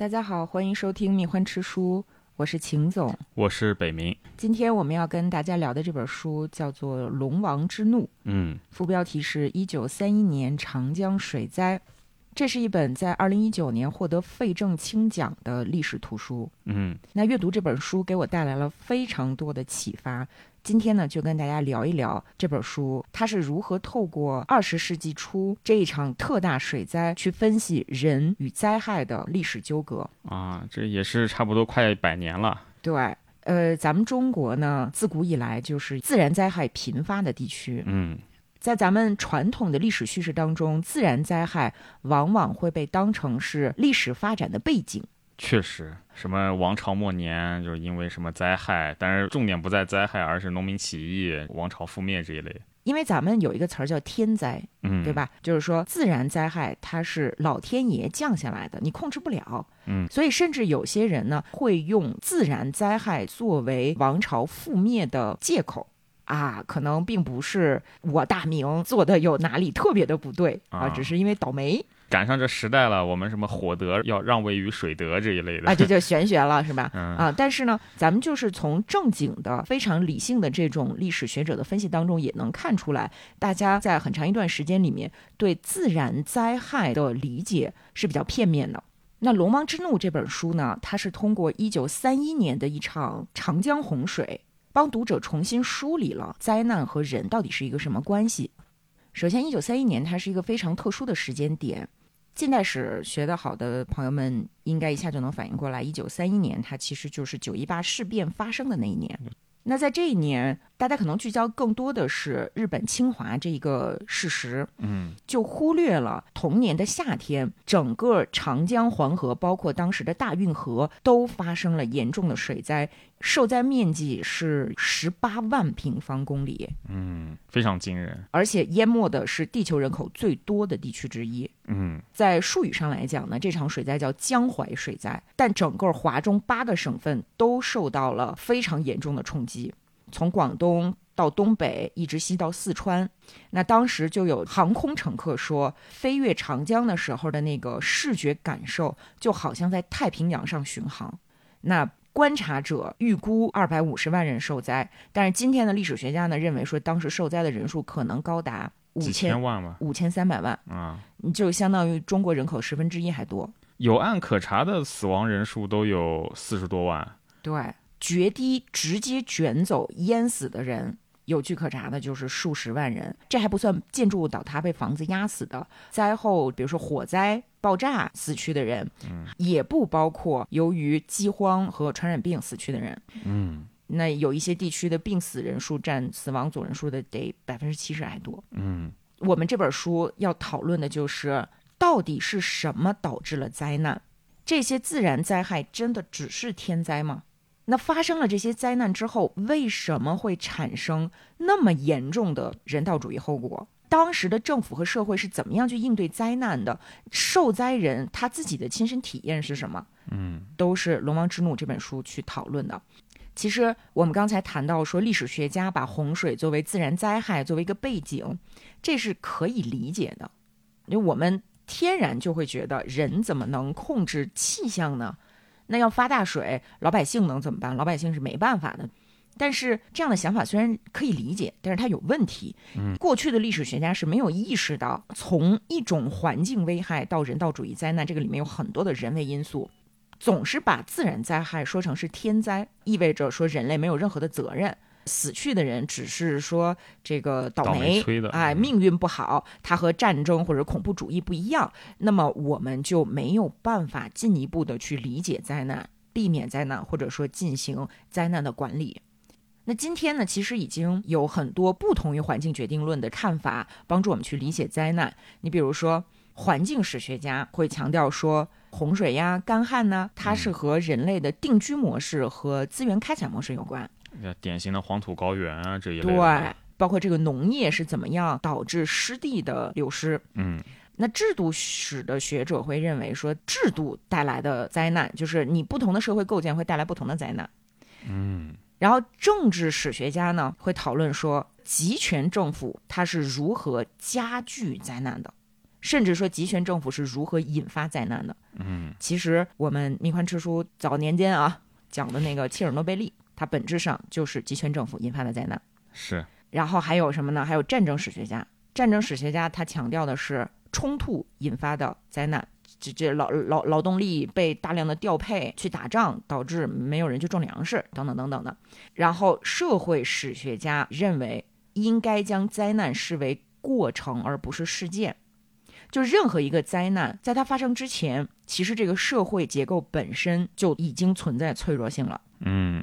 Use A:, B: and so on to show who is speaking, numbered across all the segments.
A: 大家好，欢迎收听《蜜獾吃书》，我是秦总。
B: 我是北明，
A: 今天我们要跟大家聊的这本书叫做《龙王之怒》，
B: 嗯
A: 副标题是“一九三一年长江水灾”。这是一本在二零一九年获得费正清奖的历史图书。
B: 嗯
A: 那阅读这本书给我带来了非常多的启发。今天呢，就跟大家聊一聊这本书，它是如何透过二十世纪初这一场特大水灾去分析人与灾害的历史纠葛。
B: 啊，这也是差不多快百年了，
A: 对，呃，咱们中国呢，自古以来就是自然灾害频发的地区。
B: 嗯
A: 在咱们传统的历史叙事当中，自然灾害往往会被当成是历史发展的背景。
B: 确实，什么王朝末年就是因为什么灾害，但是重点不在灾害，而是农民起义、王朝覆灭这一类，
A: 因为咱们有一个词儿叫天灾，
B: 嗯，
A: 对？吧？就是说自然灾害它是老天爷降下来的，你控制不了。
B: 嗯，
A: 所以甚至有些人呢会用自然灾害作为王朝覆灭的借口。啊，可能并不是我大明做的有哪里特别的不对啊，
B: 啊
A: 只是因为倒霉
B: 赶上这时代了，我们什么火德要让位于水德这一类的，
A: 啊，这就玄学了，是吧？
B: 嗯
A: 啊，但是呢，咱们就是从正经的、非常理性的这种历史学者的分析当中，也能看出来，大家在很长一段时间里面对自然灾害的理解是比较片面的。那《龙王之怒》这本书呢，它是通过1931年的一场长江洪水，帮读者重新梳理了灾难和人到底是一个什么关系。首先，一九三一年它是一个非常特殊的时间点，近代史学得好的朋友们应该一下就能反应过来，一九三一年它其实就是九一八事变发生的那一年。那在这一年，大家可能聚焦更多的是日本侵华这一个事实，
B: 嗯
A: 就忽略了同年的夏天，整个长江黄河，包括当时的大运河，都发生了严重的水灾，受灾面积是十八万平方公里，
B: 嗯， 非常惊人，
A: 而且淹没的是地球人口最多的地区之一。
B: 嗯
A: 在术语上来讲呢，这场水灾叫江淮水灾，但整个华中八个省份都受到了非常严重的冲击，从广东到东北，一直西到四川。那当时就有航空乘客说，飞越长江的时候的那个视觉感受，就好像在太平洋上巡航。那观察者预估二百五十万人受灾，但是今天的历史学家呢认为说，当时受灾的人数可能高达五
B: 几
A: 千
B: 千万吧，
A: 五千三百万。
B: 啊，
A: 你就相当于中国人口十分之一还多。
B: 有案可查的死亡人数都有四十多万，
A: 对，决堤直接卷走淹死的人，有据可查的就是数十万人。这还不算建筑物倒塌被房子压死的，灾后比如说火灾、爆炸死去的人，
B: 嗯
A: 也不包括由于饥荒和传染病死去的人。
B: 嗯
A: 那有一些地区的病死人数占死亡总人数的得百分之七十还多。
B: 嗯
A: 我们这本书要讨论的就是，到底是什么导致了灾难？这些自然灾害真的只是天灾吗？那发生了这些灾难之后，为什么会产生那么严重的人道主义后果？当时的政府和社会是怎么样去应对灾难的？受灾人他自己的亲身体验是什么？
B: 嗯，
A: 都是《龙王之怒》这本书去讨论的。其实我们刚才谈到说，历史学家把洪水作为自然灾害作为一个背景，这是可以理解的，因为我们天然就会觉得人怎么能控制气象呢？那要发大水，老百姓能怎么办？老百姓是没办法的。但是这样的想法虽然可以理解，但是它有问题。嗯，过去的历史学家是没有意识到，从一种环境危害到人道主义灾难，这个里面有很多的人为因素。总是把自然灾害说成是天灾，意味着说人类没有任何的责任，死去的人只是说这个倒
B: 倒霉催的，
A: 哎，命运不好，它和战争或者恐怖主义不一样，那么我们就没有办法进一步的去理解灾难、避免灾难，或者说进行灾难的管理。那今天呢，其实已经有很多不同于环境决定论的看法，帮助我们去理解灾难。你比如说，环境史学家会强调说，洪水呀、干旱呐，它是嗯和人类的定居模式和资源开采模式有关。
B: 呃典型的黄土高原啊这一类的，
A: 对，包括这个农业是怎么样导致湿地的流失。
B: 嗯
A: 那制度史的学者会认为说，制度带来的灾难就是你不同的社会构建会带来不同的灾难。
B: 嗯
A: 然后政治史学家呢会讨论说，集权政府它是如何加剧灾难的。甚至说集权政府是如何引发灾难的。
B: 嗯
A: 其实我们明宽之书早年间啊讲的那个切尔诺贝利，它本质上就是集权政府引发的灾难。
B: 是
A: 然后还有什么呢？还有战争史学家，战争史学家他强调的是冲突引发的灾难，这这劳劳劳动力被大量的调配去打仗，导致没有人去种粮食，等等等等的。然后社会史学家认为应该将灾难视为过程而不是事件。就任何一个灾难，在它发生之前，其实这个社会结构本身就已经存在脆弱性了。
B: 嗯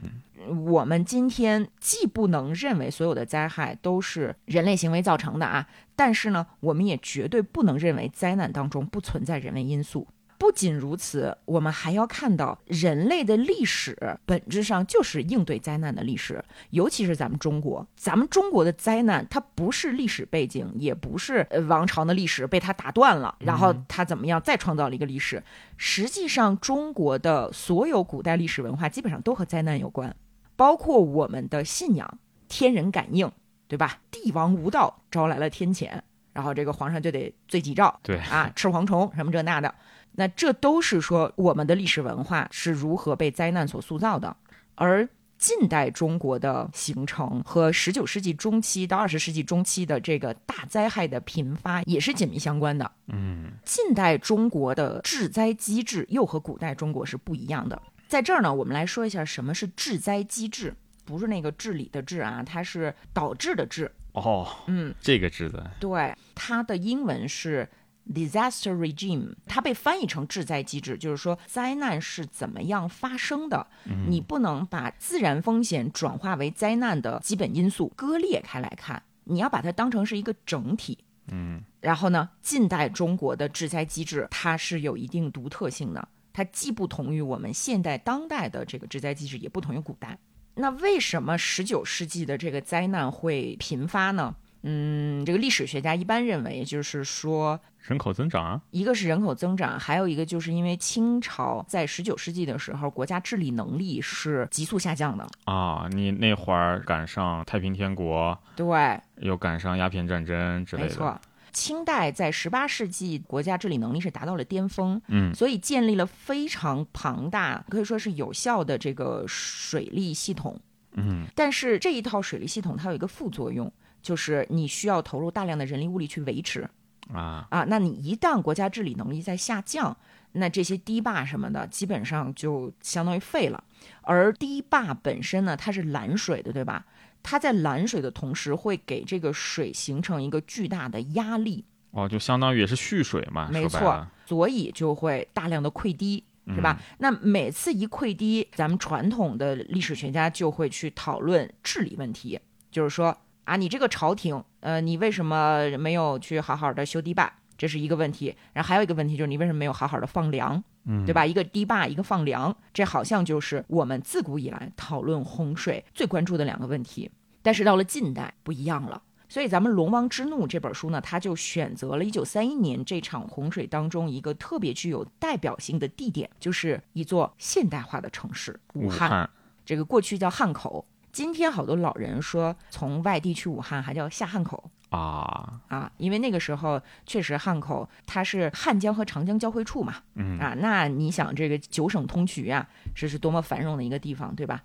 A: 我们今天既不能认为所有的灾害都是人类行为造成的啊，但是呢，我们也绝对不能认为灾难当中不存在人为因素。不仅如此，我们还要看到人类的历史本质上就是应对灾难的历史，尤其是咱们中国，咱们中国的灾难它不是历史背景，也不是呃王朝的历史被它打断了，然后它怎么样再创造了一个历史。实际上，中国的所有古代历史文化基本上都和灾难有关。包括我们的信仰、天人感应，对吧？帝王无道，招来了天谴，然后这个皇上就得罪己诏，
B: 对
A: 啊，吃蝗虫什么这那的，那这都是说我们的历史文化是如何被灾难所塑造的，而。近代中国的形成和十九世纪中期到二十世纪中期的这个大灾害的频发也是紧密相关的。
B: 嗯
A: 近代中国的治灾机制又和古代中国是不一样的。在这儿呢，我们来说一下什么是治灾机制，不是那个治理的治啊，它是导致的治。
B: 哦，
A: 嗯，
B: 这个制的
A: 对，它的英文是 disaster regime，它被翻译成治灾机制，就是说灾难是怎么样发生的，你不能把自然风险转化为灾难的基本因素割裂开来看，你要把它当成是一个整体。
B: 嗯
A: 然后呢，近代中国的制裁机制它是有一定独特性的，它既不同于我们现代当代的这个制裁机制，也不同于古代。那为什么十九世纪的这个灾难会频发呢？嗯，这个历史学家一般认为，也就是说，
B: 人口增长啊，
A: 一个是人口增长，还有一个就是因为清朝在十九世纪的时候，国家治理能力是急速下降的。
B: 啊，你那会儿赶上太平天国，
A: 对，
B: 又赶上鸦片战争之类
A: 没
B: 的，
A: 错。清代在十八世纪，国家治理能力是达到了巅峰，
B: 嗯
A: 所以建立了非常庞大，可以说是有效的这个水利系统。
B: 嗯
A: 但是这一套水利系统它有一个副作用，就是你需要投入大量的人力物力去维持
B: 啊，
A: 啊。那你一旦国家治理能力在下降，那这些堤坝什么的基本上就相当于废了。而堤坝本身呢，它是拦水的，对吧？它在拦水的同时，会给这个水形成一个巨大的压力，
B: 哦，就相当于也是蓄水嘛，
A: 没
B: 说白
A: 错
B: 了，
A: 所以就会大量的溃堤，是吧？那每次一溃堤，咱们传统的历史学家就会去讨论治理问题，就是说啊，你这个朝廷，呃，你为什么没有去好好的修堤坝？这是一个问题，然后还有一个问题就是你为什么没有好好的放粮，
B: 嗯
A: 对吧？一个堤坝，一个放粮，这好像就是我们自古以来讨论洪水最关注的两个问题。但是到了近代不一样了，所以咱们《龙王之怒》这本书呢，它就选择了1931年这场洪水当中一个特别具有代表性的地点，就是一座现代化的城市——武
B: 武
A: 汉。
B: 汉
A: 这个过去叫汉口，今天好多老人说从外地去武汉还叫下汉口
B: 啊，
A: 啊，因为那个时候确实汉口它是汉江和长江交汇处嘛，
B: 嗯
A: 啊，那你想这个九省通衢啊，这是多么繁荣的一个地方，对吧？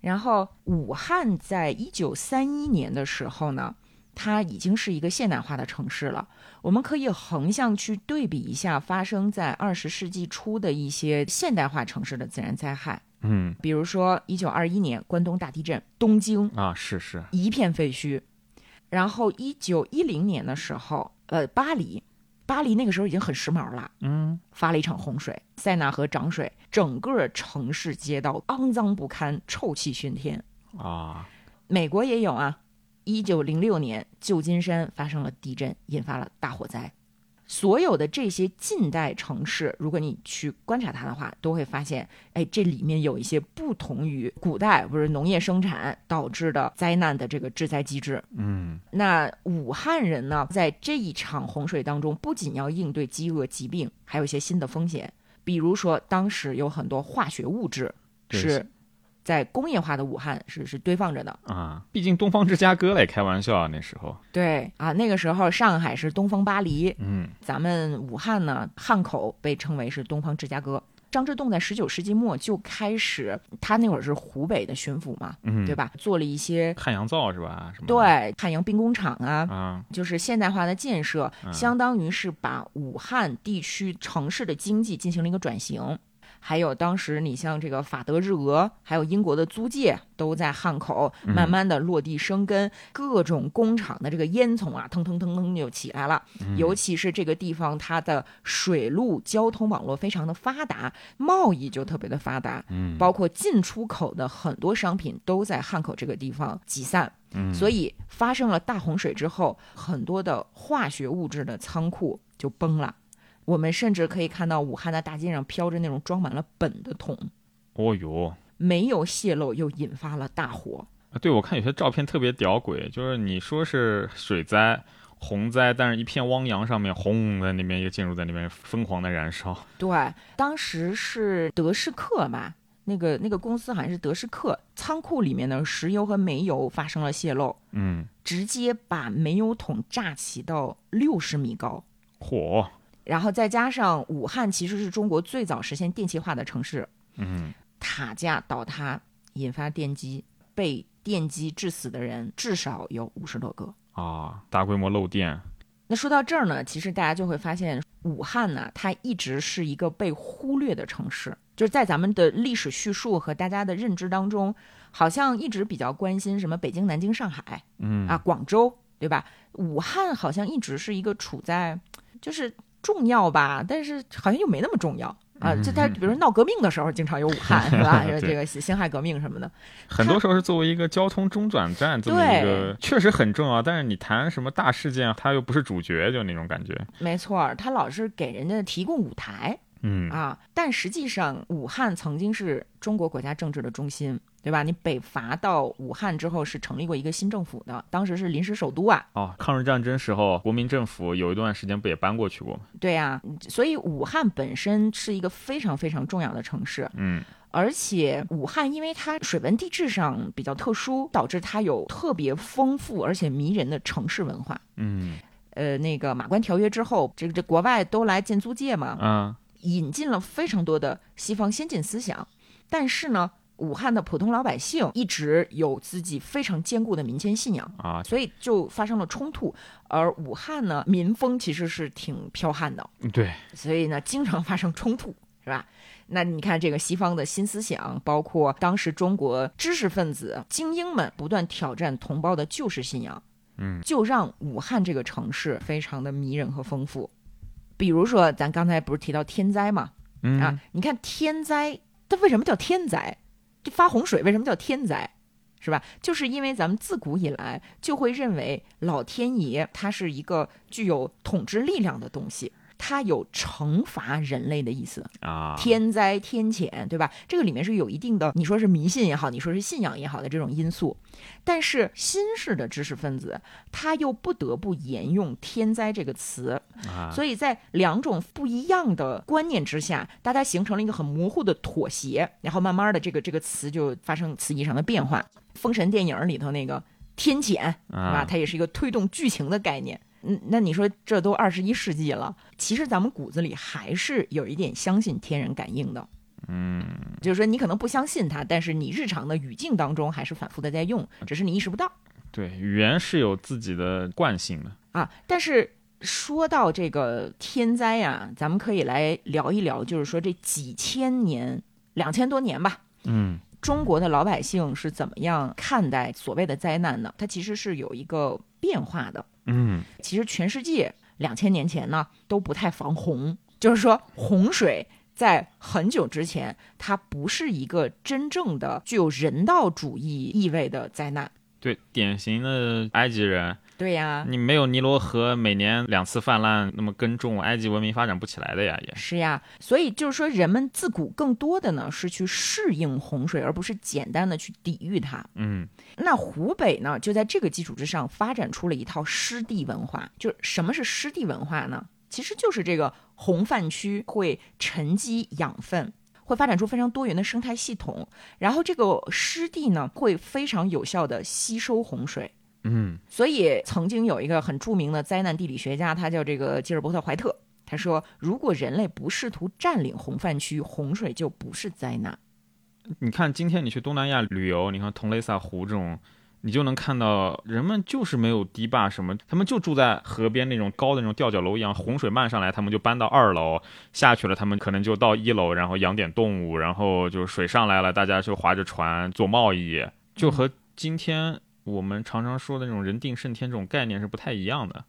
A: 然后武汉在一九三一年的时候呢，它已经是一个现代化的城市了。我们可以横向去对比一下发生在二十世纪初的一些现代化城市的自然灾害，
B: 嗯
A: 比如说一九二一年关东大地震，东京
B: 啊，是是，
A: 一片废墟。然后一九一零年的时候，呃，巴黎，巴黎那个时候已经很时髦了，
B: 嗯
A: 发了一场洪水，塞纳河涨水，整个城市街道肮脏不堪，臭气熏天。
B: 啊，
A: 美国也有啊，一九零六年旧金山发生了地震，引发了大火灾。所有的这些近代城市，如果你去观察它的话，都会发现，哎，这里面有一些不同于古代不是农业生产导致的灾难的这个制灾机制。
B: 嗯
A: 那武汉人呢，在这一场洪水当中，不仅要应对饥饿、疾病，还有一些新的风险，比如说当时有很多化学物质
B: 对
A: 是在工业化的武汉是是堆放着的。
B: 啊，毕竟东方芝加哥嘞，开玩笑啊，那时候，
A: 对啊，那个时候上海是东方巴黎，
B: 嗯，
A: 咱们武汉呢，汉口被称为是东方芝加哥。张之洞在十九世纪末就开始，他那会儿是湖北的巡抚嘛，
B: 嗯
A: 对吧？做了一些
B: 汉阳造是吧？什么的
A: 对汉阳兵工厂啊，
B: 啊，
A: 就是现代化的建设，相当于是把武汉地区城市的经济进行了一个转型。还有当时你像这个法德日俄，还有英国的租界，都在汉口慢慢的落地生根，各种工厂的这个烟囱啊，腾腾腾腾就起来了。尤其是这个地方，它的水路交通网络非常的发达，贸易就特别的发达，
B: 嗯，
A: 包括进出口的很多商品都在汉口这个地方集散。
B: 嗯
A: 所以发生了大洪水之后，很多的化学物质的仓库就崩了。我们甚至可以看到武汉的大街上飘着那种装满了苯的桶，
B: 哦哟。
A: 没有泄漏又引发了大火。
B: 啊对，我看有些照片特别屌鬼，就是你说是水灾、洪灾，但是一片汪洋上面轰在那边一个建筑在那边疯狂的燃烧。
A: 对，当时是德士克吧，那个那个公司好像是德士克，仓库里面的石油和煤油发生了泄漏，
B: 嗯，
A: 直接把煤油桶炸起到六十米高。
B: 火，
A: 然后再加上武汉其实是中国最早实现电气化的城市，
B: 嗯，
A: 塔架倒塌引发电击，被电击致死的人至少有五十多个。
B: 啊，大规模漏电，
A: 那说到这儿呢，其实大家就会发现，武汉呢，它一直是一个被忽略的城市，就是在咱们的历史叙述和大家的认知当中，好像一直比较关心什么北京、南京、上海，
B: 嗯
A: 啊，广州，对吧？武汉好像一直是一个处在，就是重要吧，但是好像又没那么重要啊。就它，比如说闹革命的时候，经常有武 汉，是吧？
B: 嗯对
A: 这个辛辛亥革命什么的。
B: 很多时候是作为一个交通中转站这么一个，确实很重要。但是你谈什么大事件，它又不是主角，就那种感觉。
A: 没错儿，他老是给人家提供舞台
B: 嗯
A: 啊，但实际上武汉曾经是中国国家政治的中心，对吧？你北伐到武汉之后是成立过一个新政府的，当时是临时首都啊，
B: 哦，抗日战争时候，国民政府有一段时间不也搬过去过吗？
A: 对呀、所以武汉本身是一个非常非常重要的城市，
B: 嗯，
A: 而且武汉因为它水文地质上比较特殊，导致它有特别丰富而且迷人的城市文化。
B: 嗯
A: 呃，那个马关条约之后，这这国外都来建租界嘛，
B: 啊，
A: 引进了非常多的西方先进思想，但是呢，武汉的普通老百姓一直有自己非常坚固的民间信仰。
B: 啊，
A: 所以就发生了冲突，而武汉呢，民风其实是挺剽悍的，
B: 对，
A: 所以呢，经常发生冲突，是吧？那你看这个西方的新思想，包括当时中国知识分子精英们不断挑战同胞的旧式信仰，
B: 嗯，
A: 就让武汉这个城市非常的迷人和丰富。比如说，咱刚才不是提到天灾嘛？
B: 嗯
A: 啊，你看天灾，它为什么叫天灾？这发洪水为什么叫天灾？是吧？就是因为咱们自古以来就会认为老天爷他是一个具有统治力量的东西，它有惩罚人类的意思。
B: 啊，
A: 天灾天谴，对吧？这个里面是有一定的，你说是迷信也好，你说是信仰也好的这种因素。但是新式的知识分子，他又不得不沿用“天灾”这个词，
B: 啊，
A: 所以在两种不一样的观念之下，大家形成了一个很模糊的妥协，然后慢慢的这个这个词就发生词义上的变化。《封神》电影里头那个天谴，是吧？
B: 啊，
A: 它也是一个推动剧情的概念。嗯，那你说这都二十一世纪了，其实咱们骨子里还是有一点相信天人感应的。嗯，就是说你可能不相信它，但是你日常的语境当中还是反复的在用，只是你意识不到。
B: 对，语言是有自己的惯性的。
A: 啊，但是说到这个天灾呀、咱们可以来聊一聊，就是说这几千年、两千多年吧，
B: 嗯
A: 中国的老百姓是怎么样看待所谓的灾难呢？它其实是有一个变化的。
B: 嗯
A: 其实全世界两千年前呢都不太防洪，就是说洪水在很久之前，它不是一个真正的具有人道主义意味的灾难。，
B: 对，典型的埃及人，
A: 对呀、
B: 你没有尼罗河每年两次泛滥，那么耕种，埃及文明发展不起来的呀，也是。
A: 是呀，所以就是说，人们自古更多的呢是去适应洪水，而不是简单的去抵御它。
B: 嗯
A: 那湖北呢，就在这个基础之上发展出了一套湿地文化。就是什么是湿地文化呢？其实就是这个洪泛区会沉积养分。会发展出非常多元的生态系统。然后这个湿地呢，会非常有效的吸收洪水。
B: 嗯
A: 所以曾经有一个很著名的灾难地理学家，他叫这个吉尔伯特·怀特，他说，如果人类不试图占领洪泛区，洪水就不是灾难。
B: 你看今天你去东南亚旅游，你看同雷萨湖这种。你就能看到，人们就是没有堤坝什么，他们就住在河边那种高的那种吊脚楼一样，洪水漫上来，他们就搬到二楼下去了，他们可能就到一楼，然后养点动物，然后就是水上来了，大家就划着船做贸易，就和今天我们常常说的那种人定胜天这种概念是不太一样的。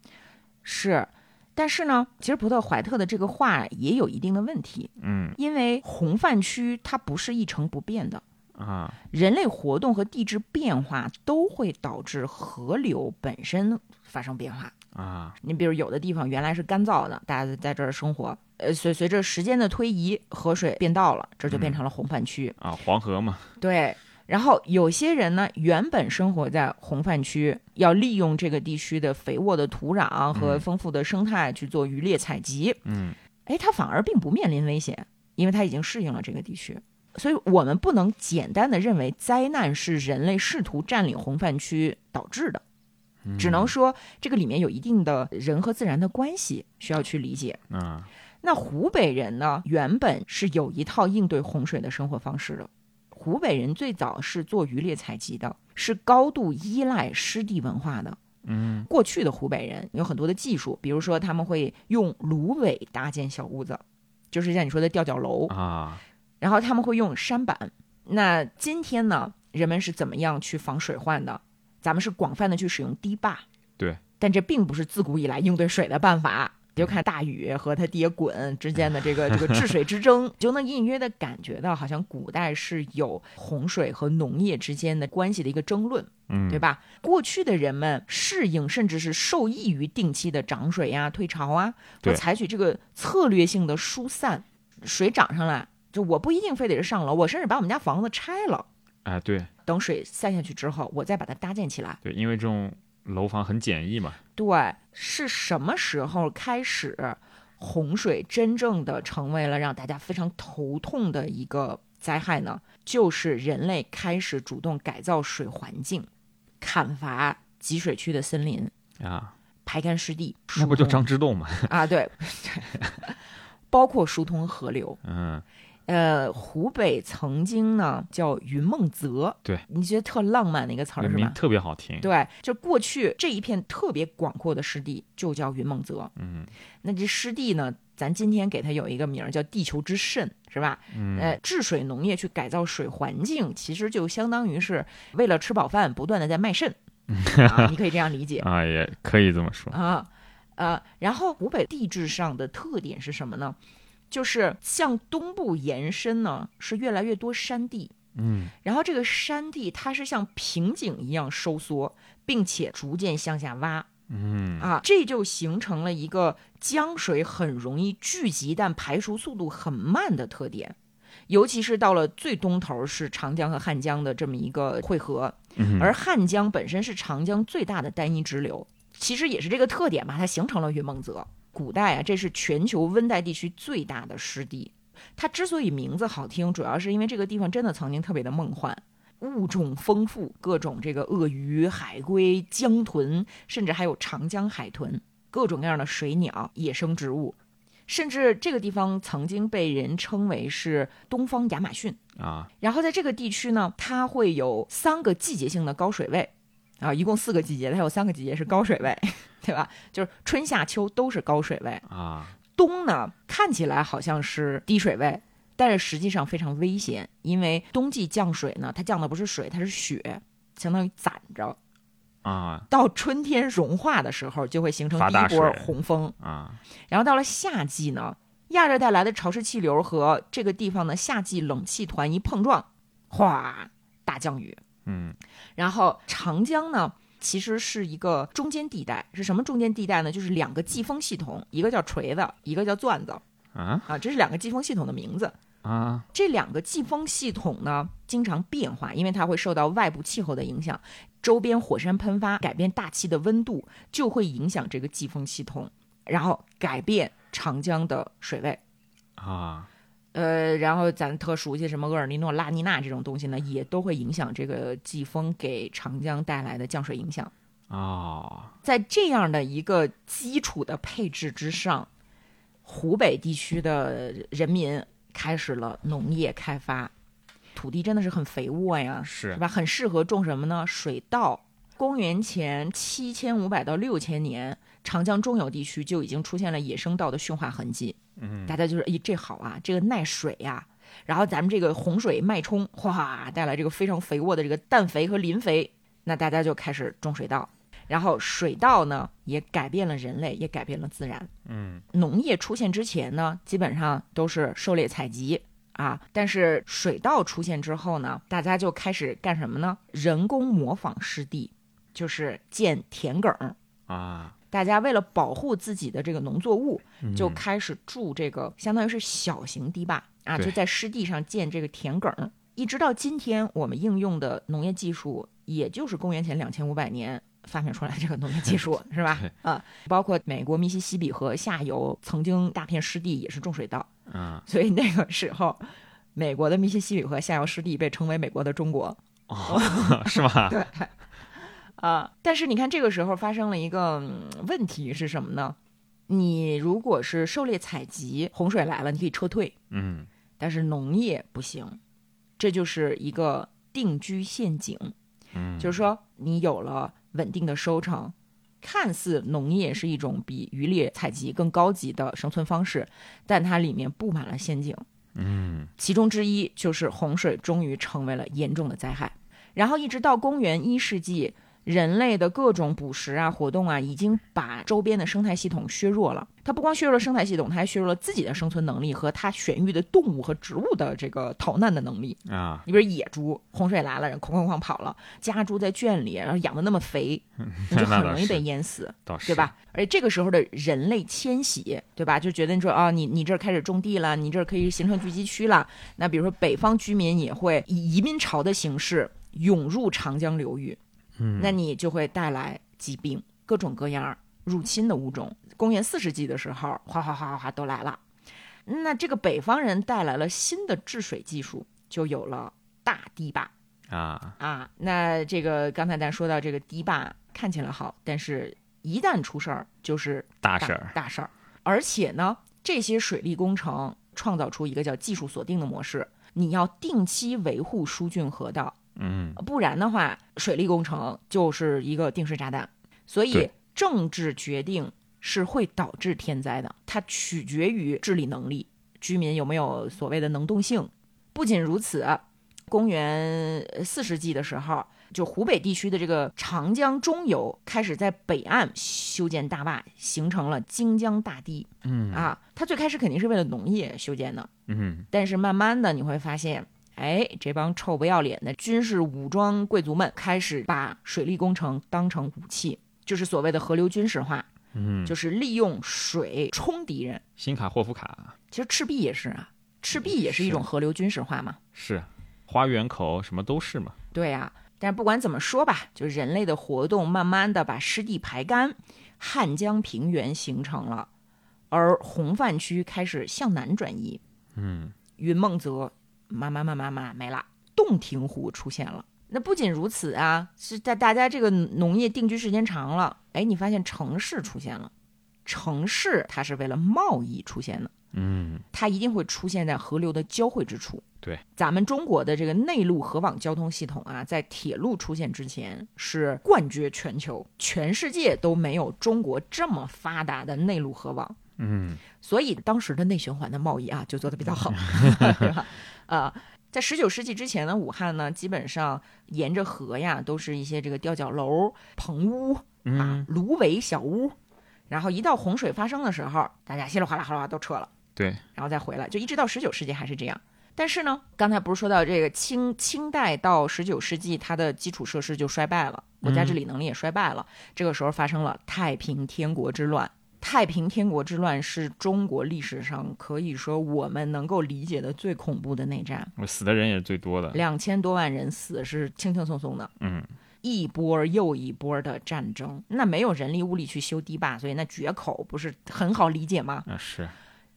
A: 是，但是呢，吉尔伯特·怀特的这个话也有一定的问题，
B: 嗯
A: 因为洪泛区它不是一成不变的，
B: 啊，
A: 人类活动和地质变化都会导致河流本身发生变化。
B: 啊，
A: 你比如有的地方原来是干燥的，大家在这儿生活，呃，随随着时间的推移，河水变道了，这就变成了洪泛区。
B: 啊，黄河嘛，
A: 对，然后有些人呢，原本生活在洪泛区，要利用这个地区的肥沃的土壤和
B: 嗯
A: 丰富的生态去做渔猎采集，
B: 嗯
A: 哎，他反而并不面临危险，因为他已经适应了这个地区。所以我们不能简单的认为灾难是人类试图占领洪泛区导致的，只能说这个里面有一定的人和自然的关系需要去理解。
B: 啊，
A: 那湖北人呢，原本是有一套应对洪水的生活方式的。湖北人最早是做渔猎采集的，是高度依赖湿地文化的。
B: 嗯
A: 过去的湖北人有很多的技术，比如说他们会用芦苇搭建小屋子，就是像你说的吊脚楼，
B: 啊，
A: 然后他们会用杉板。那今天呢，人们是怎么样去防水患的？咱们是广泛的去使用堤坝，
B: 对，
A: 但这并不是自古以来应对水的办法。你就看大禹和他爹鲧之间的这个这个治水之争，就能隐约的感觉到，好像古代是有洪水和农业之间的关系的一个争论。
B: 嗯，
A: 对吧？过去的人们适应甚至是受益于定期的涨水呀、退潮啊，
B: 对
A: 或采取这个策略性的疏散。水涨上来，就我不一定非得是上楼，我甚至把我们家房子拆了，
B: 哎，对
A: 等水散下去之后，我再把它搭建起来。
B: 对，因为这种楼房很简易嘛，
A: 对，是什么时候开始洪水真正的成为了让大家非常头痛的一个灾害呢？就是人类开始主动改造水环境，砍伐集水区的森林。
B: 啊，
A: 排干湿地，
B: 那不就
A: 疏通
B: 张之洞嘛，
A: 啊？对， 包括疏通河流。
B: 嗯。
A: 呃，湖北曾经呢叫云梦泽，
B: 对，
A: 你觉得特浪漫的一个词
B: 那
A: 儿是
B: 名
A: 吧？
B: 特别好听。
A: 对，就过去这一片特别广阔的湿地就叫云梦泽。
B: 嗯
A: 那这湿地呢，咱今天给它有一个名儿叫地球之肾，是吧？
B: 嗯
A: 呃，治水农业去改造水环境，其实就相当于是为了吃饱饭，不断的在卖 肾、啊，你可以这样理解。
B: 啊，也可以这么说。
A: 啊，呃，然后湖北地质上的特点是什么呢？就是向东部延伸呢，是越来越多山地，
B: 嗯
A: 然后这个山地它是像瓶颈一样收缩，并且逐渐向下挖
B: 嗯
A: 啊，这就形成了一个江水很容易聚集但排出速度很慢的特点。尤其是到了最东头是长江和汉江的这么一个汇合，
B: 嗯，
A: 而汉江本身是长江最大的单一支流，其实也是这个特点吧，它形成了云梦泽。古代啊，这是全球温带地区最大的湿地。它之所以名字好听，主要是因为这个地方真的曾经特别的梦幻，物种丰富，各种这个鳄鱼、海龟、江豚，甚至还有长江海豚，各种各样的水鸟、野生植物，甚至这个地方曾经被人称为是东方亚马逊。
B: 啊，
A: 然后在这个地区呢，它会有三个季节性的高水位，啊，一共四个季节，它有三个季节是高水位， 对吧？就是春夏秋都是高水位，
B: 啊，
A: 冬呢看起来好像是低水位，但是实际上非常危险，因为冬季降水呢，它降的不是水，它是雪，相当于攒着，
B: 啊
A: 到春天融化的时候就会形成
B: 发
A: 第一
B: 大
A: 波
B: 水
A: 洪峰。
B: 啊，
A: 然后到了夏季呢，亚热带来的潮湿气流和这个地方的夏季冷气团一碰撞，哗，大降雨。
B: 嗯
A: 然后长江呢，其实是一个中间地带，是什么中间地带呢？就是两个季风系统，一个叫锤子，一个叫钻子
B: 啊
A: 啊，这是两个季风系统的名字。
B: 啊，
A: 这两个季风系统呢，经常变化，因为它会受到外部气候的影响，周边火山喷发改变大气的温度，就会影响这个季风系统，然后改变长江的水位。
B: 啊
A: 呃，然后咱特熟悉什么厄尔尼诺、拉尼娜这种东西呢，也都会影响这个季风给长江带来的降水影响。
B: 啊，
A: 在这样的一个基础的配置之上，湖北地区的人民开始了农业开发，土地真的是很肥沃呀，
B: 是
A: 是吧？很适合种什么呢？水稻。公元前七千五百到六千年，长江中游地区就已经出现了野生稻的驯化痕迹。嗯，大家就是，咦，这好啊，这个耐水呀、然后咱们这个洪水脉冲，哗，带来这个非常肥沃的这个氮肥和磷肥，那大家就开始种水稻。然后水稻呢，也改变了人类，也改变了自然。
B: 嗯，
A: 农业出现之前呢，基本上都是狩猎采集啊，但是水稻出现之后呢，大家就开始干什么呢？人工模仿湿地，就是建田埂儿。
B: 啊，
A: 大家为了保护自己的这个农作物，嗯
B: 嗯
A: 就开始筑这个相当于是小型堤坝啊，
B: 对
A: 就在湿地上建这个田埂儿。一直到今天，我们应用的农业技术，也就是公元前两千五百年发明出来的这个农业技 术，是吧
B: 对？
A: 啊，包括美国密西西比河下游曾经大片湿地也是种水稻，
B: 嗯，
A: 所以那个时候，美国的密西西比河下游湿地被称为美国的中国。
B: 哦，是吧？
A: 对，啊，但是你看这个时候发生了一个、嗯问题是什么呢？你如果是狩猎采集，洪水来了你可以撤退，
B: 嗯，
A: 但是农业不行，这就是一个定居陷阱。
B: 嗯
A: 就是说你有了稳定的收成，看似农业是一种比渔猎采集更高级的生存方式，但它里面布满了陷阱。
B: 嗯，
A: 其中之一就是洪水终于成为了严重的灾害。然后一直到公元一世纪，人类的各种捕食啊、活动啊，已经把周边的生态系统削弱了。它不光削弱了生态系统，它还削弱了自己的生存能力和它选育的动物和植物的这个逃难的能力。
B: 啊，
A: 你比如野猪，洪水来了，人哐哐哐跑了，家猪在圈里，然后养的那么肥，你就很容易被淹死，
B: 倒是
A: 对？吧？而且这个时候的人类迁徙，对吧？就觉得你说啊，你你这儿开始种地了，你这儿可以形成聚集区了。那比如说北方居民也会以移民潮的形式涌入长江流域，
B: 嗯，
A: 那你就会带来疾病，各种各样入侵的物种。公元四世纪的时候，哗哗哗哗哗都来了。那这个北方人带来了新的治水技术，就有了大堤坝
B: 啊，
A: 啊。那这个刚才咱说到这个堤坝看起来好，但是一旦出事儿就是
B: 大
A: 大
B: 事儿，
A: 大事儿。而且呢，这些水利工程创造出一个叫技术锁定的模式，你要定期维护疏浚河道，
B: 嗯，
A: 不然的话，水利工程就是一个定时炸弹。所以
B: 对，
A: 政治决定是会导致天灾的，它取决于治理能力，居民有没有所谓的能动性。不仅如此，公元四世纪的时候，就湖北地区的这个长江中游开始在北岸修建大坝，形成了荆江大堤。
B: 嗯
A: 啊，它最开始肯定是为了农业修建的，
B: 嗯，
A: 但是慢慢的你会发现，哎，这帮臭不要脸的军事武装贵族们开始把水利工程当成武器，就是所谓的河流军事化，
B: 嗯，
A: 就是利用水冲敌人。
B: 新卡霍夫卡
A: 其实赤壁也是啊，赤壁也是一种河流军事化嘛。
B: 是，花园口什么都是嘛，
A: 对呀、但是不管怎么说吧，就是人类的活动慢慢的把湿地排干，汉江平原形成了，而洪泛区开始向南转移。
B: 嗯，
A: 云梦泽慢慢慢慢慢慢没了，洞庭湖出现了。那不仅如此啊，是在大家这个农业定居时间长了，哎，你发现城市出现了，城市它是为了贸易出现的。
B: 嗯，
A: 它一定会出现在河流的交汇之处。
B: 对，
A: 咱们中国的这个内陆河网交通系统啊，在铁路出现之前是冠绝全球，全世界都没有中国这么发达的内陆河网。
B: 嗯，
A: 所以当时的内循环的贸易啊，就做得比较好，对吧？啊、在十九世纪之前的武汉呢，基本上沿着河呀，都是一些这个吊脚楼、棚屋啊
B: 嗯，、
A: 芦苇小屋。然后一到洪水发生的时候，大家稀里哗啦哗啦都撤了。
B: 对，
A: 然后再回来，就一直到十九世纪还是这样。但是呢，刚才不是说到这个清清代到十九世纪，它的基础设施就衰败了，
B: 嗯
A: 国家治理能力也衰败了。这个时候发生了太平天国之乱。太平天国之乱是中国历史上可以说我们能够理解的最恐怖的内战。
B: 我死的人也是最多的，
A: 啊两千多万人死是轻轻松松的，
B: 嗯，
A: 一波儿又一波儿的战争，那没有人力物力去修堤坝，所以那决口不是很好理解吗？
B: 啊是，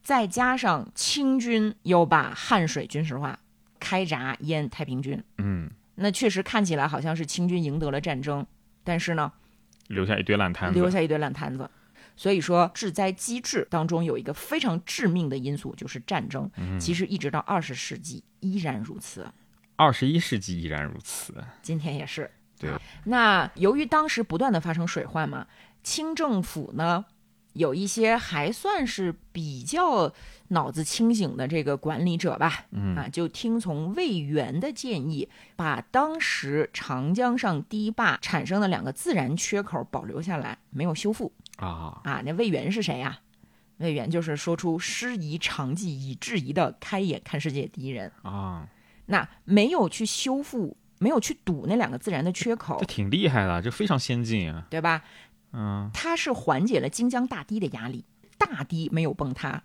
A: 再加上清军又把汉水军事化，开闸淹太平军，
B: 嗯，
A: 那确实看起来好像是清军赢得了战争，但是呢，
B: 留下一堆烂摊子，
A: 留下一堆烂摊子。所以说，治灾机制当中有一个非常致命的因素，就是战争。其实一直到二十世纪依然如此，
B: 二十一世纪依然如此。
A: 今天也是。
B: 对，
A: 那由于当时不断的发生水患嘛，清政府呢有一些还算是比较脑子清醒的这个管理者吧，嗯、啊，就听从魏源的建议，把当时长江上堤坝产生的两个自然缺口保留下来，没有修复
B: 啊，
A: 啊。那魏源是谁呀、魏源就是说出“师夷长技以制夷”的开眼看世界第一人。
B: 啊，
A: 那没有去修复，没有去堵那两个自然的缺口
B: 这，挺厉害的，这非常先进啊。
A: 对吧？
B: 嗯，
A: 它是缓解了荆江大堤的压力，大堤没有崩塌，